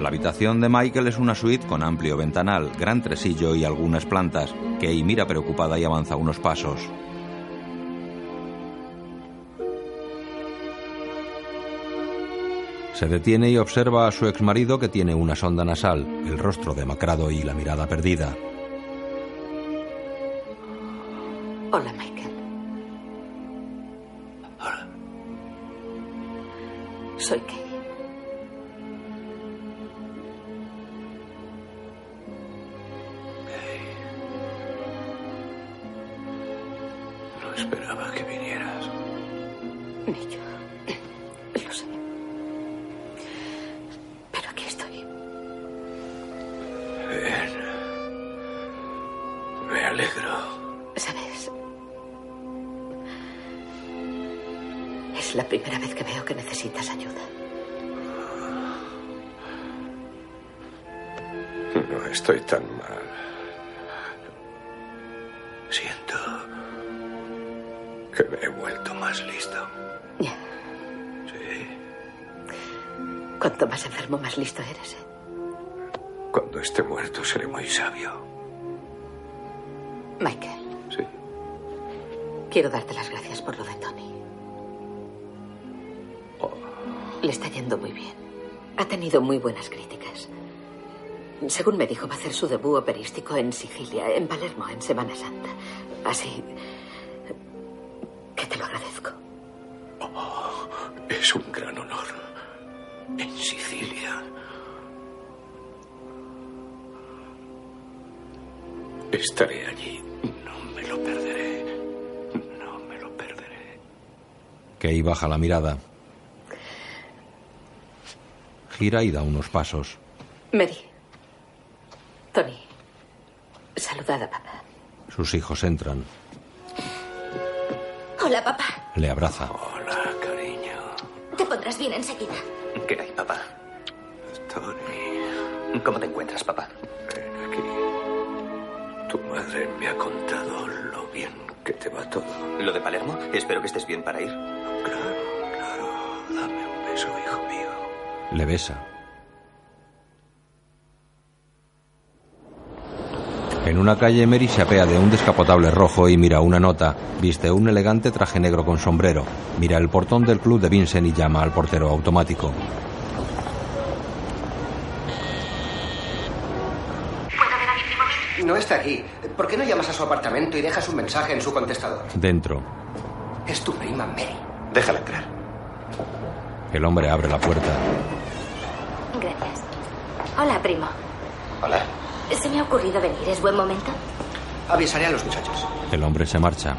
Speaker 2: La habitación de Michael es una suite con amplio ventanal, gran tresillo y algunas plantas. Kay mira preocupada y avanza unos pasos. Se detiene y observa a su exmarido que tiene una sonda nasal, el rostro demacrado y la mirada perdida.
Speaker 1: Hola, Michael. Soy Kay.
Speaker 4: No esperaba que vinieras.
Speaker 1: Ni yo. Lo sé. Pero aquí estoy.
Speaker 4: Bien. Me alegro.
Speaker 1: ¿Sabes? Es la primera vez que veo que necesitas ayuda.
Speaker 4: No estoy tan mal. Siento que me he vuelto más listo.
Speaker 1: Ya.
Speaker 4: Sí.
Speaker 1: Cuanto más enfermo, más listo eres. ¿eh?
Speaker 4: Cuando esté muerto seré muy sabio.
Speaker 1: Michael.
Speaker 4: Sí.
Speaker 1: Quiero darte las gracias por lo de Tony. Le está yendo muy bien. Ha tenido muy buenas críticas. Según me dijo, va a hacer su debut operístico en Sicilia, en Palermo, en Semana Santa. Así que te lo agradezco.
Speaker 3: Oh, Es un gran honor. En Sicilia. Estaré allí. No me lo perderé.
Speaker 2: Kay baja la mirada. Gira y da unos pasos.
Speaker 43: Mary. Tony. Saludad a papá.
Speaker 2: Sus hijos entran.
Speaker 7: Hola, papá.
Speaker 2: Le abraza.
Speaker 7: Te pondrás bien enseguida.
Speaker 34: ¿Qué hay, papá? Tony. ¿Cómo te encuentras, papá?
Speaker 3: Tu madre me ha contado lo bien que te va todo.
Speaker 34: ¿Lo de Palermo? Espero que estés bien para ir.
Speaker 3: Eso, hijo mío.
Speaker 2: Le besa. En una calle, Mary se apea de un descapotable rojo y mira una nota. Viste un elegante traje negro con sombrero. Mira el portón del club de Vincent y llama al portero automático.
Speaker 8: No está aquí. ¿Por qué no llamas a su apartamento y dejas un mensaje en su contestador?
Speaker 2: Dentro.
Speaker 8: Es tu prima Mary.
Speaker 34: Déjala entrar.
Speaker 2: El hombre abre la puerta.
Speaker 7: Gracias. Hola, primo.
Speaker 34: Hola.
Speaker 7: Se me ha ocurrido venir. ¿Es buen momento?
Speaker 8: Avisaré a los muchachos.
Speaker 2: El hombre se marcha.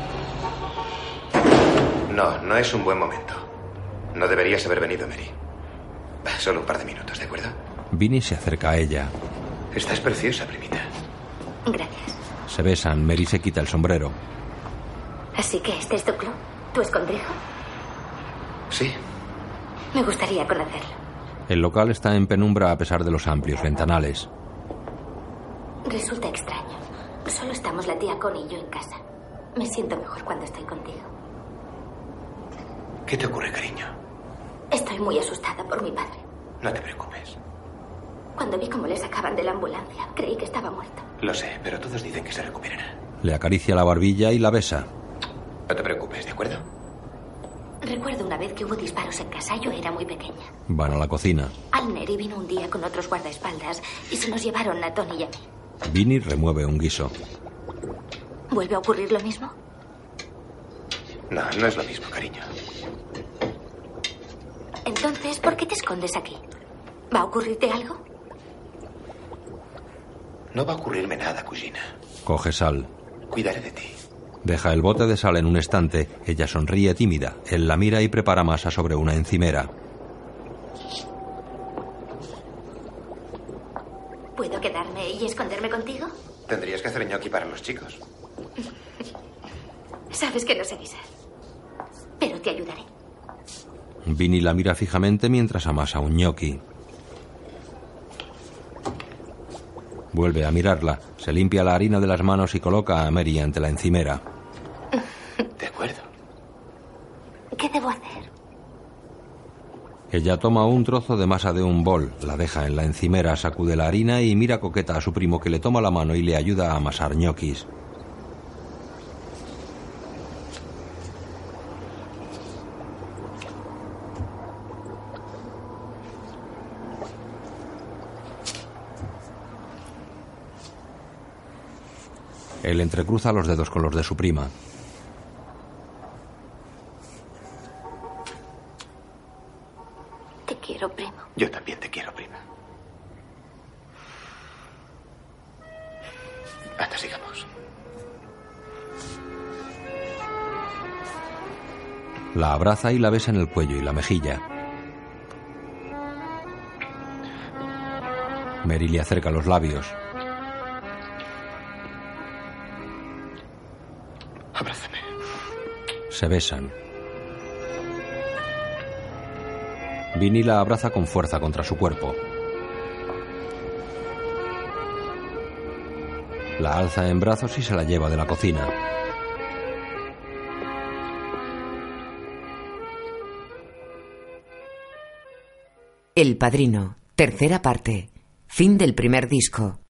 Speaker 9: No, no es un buen momento. No deberías haber venido, Mary. Solo un par de minutos, ¿de acuerdo?
Speaker 2: Vinny se acerca a ella.
Speaker 9: Estás preciosa, primita.
Speaker 7: Gracias.
Speaker 2: Se besan. Mary se quita el sombrero.
Speaker 7: Así que este es tu club, tu escondrijo.
Speaker 9: Sí.
Speaker 7: Me gustaría conocerlo.
Speaker 2: El local está en penumbra a pesar de los amplios ventanales.
Speaker 7: Resulta extraño. Solo estamos la tía Connie y yo en casa. Me siento mejor cuando estoy contigo.
Speaker 9: ¿Qué te ocurre, cariño?
Speaker 7: Estoy muy asustada por mi padre.
Speaker 9: No te preocupes.
Speaker 7: Cuando vi cómo le sacaban de la ambulancia, creí que estaba muerto.
Speaker 9: Lo sé, pero todos dicen que se recuperará.
Speaker 2: Le acaricia la barbilla y la besa.
Speaker 9: No te preocupes, ¿de acuerdo?
Speaker 7: Recuerdo una vez que hubo disparos en casa. Yo era muy pequeña.
Speaker 2: Van a la cocina.
Speaker 7: Al Neri vino un día con otros guardaespaldas y se nos llevaron a Tony y a mí.
Speaker 2: Vinny remueve un guiso.
Speaker 7: ¿Vuelve a ocurrir lo mismo?
Speaker 9: No, no es lo mismo, cariño.
Speaker 7: Entonces, ¿por qué te escondes aquí? ¿Va a ocurrirte algo?
Speaker 9: No va a ocurrirme nada, cugina.
Speaker 2: Coge sal.
Speaker 9: Cuidaré de ti.
Speaker 2: Deja el bote de sal en un estante. Ella sonríe tímida. Él la mira y prepara masa sobre una encimera.
Speaker 7: ¿Puedo quedarme y esconderme contigo?
Speaker 9: Tendrías que hacer ñoqui para los chicos.
Speaker 7: Sabes que no sé guisar. Pero te ayudaré.
Speaker 2: Vinny la mira fijamente mientras amasa un ñoqui. Vuelve a mirarla, se limpia la harina de las manos y coloca a Mary ante la encimera.
Speaker 9: De acuerdo.
Speaker 7: ¿Qué debo hacer?
Speaker 2: Ella toma un trozo de masa de un bol, la deja en la encimera, sacude la harina y mira coqueta a su primo que le toma la mano y le ayuda a amasar ñoquis. Él entrecruza los dedos con los de su prima.
Speaker 7: Te quiero, primo.
Speaker 9: Yo también te quiero, prima. Hasta sigamos.
Speaker 2: La abraza y la besa en el cuello y la mejilla. Mary le acerca los labios.
Speaker 9: Abrázame.
Speaker 2: Se besan. Vinny la abraza con fuerza contra su cuerpo. La alza en brazos y se la lleva de la cocina.
Speaker 21: El Padrino, tercera parte. Fin del primer disco.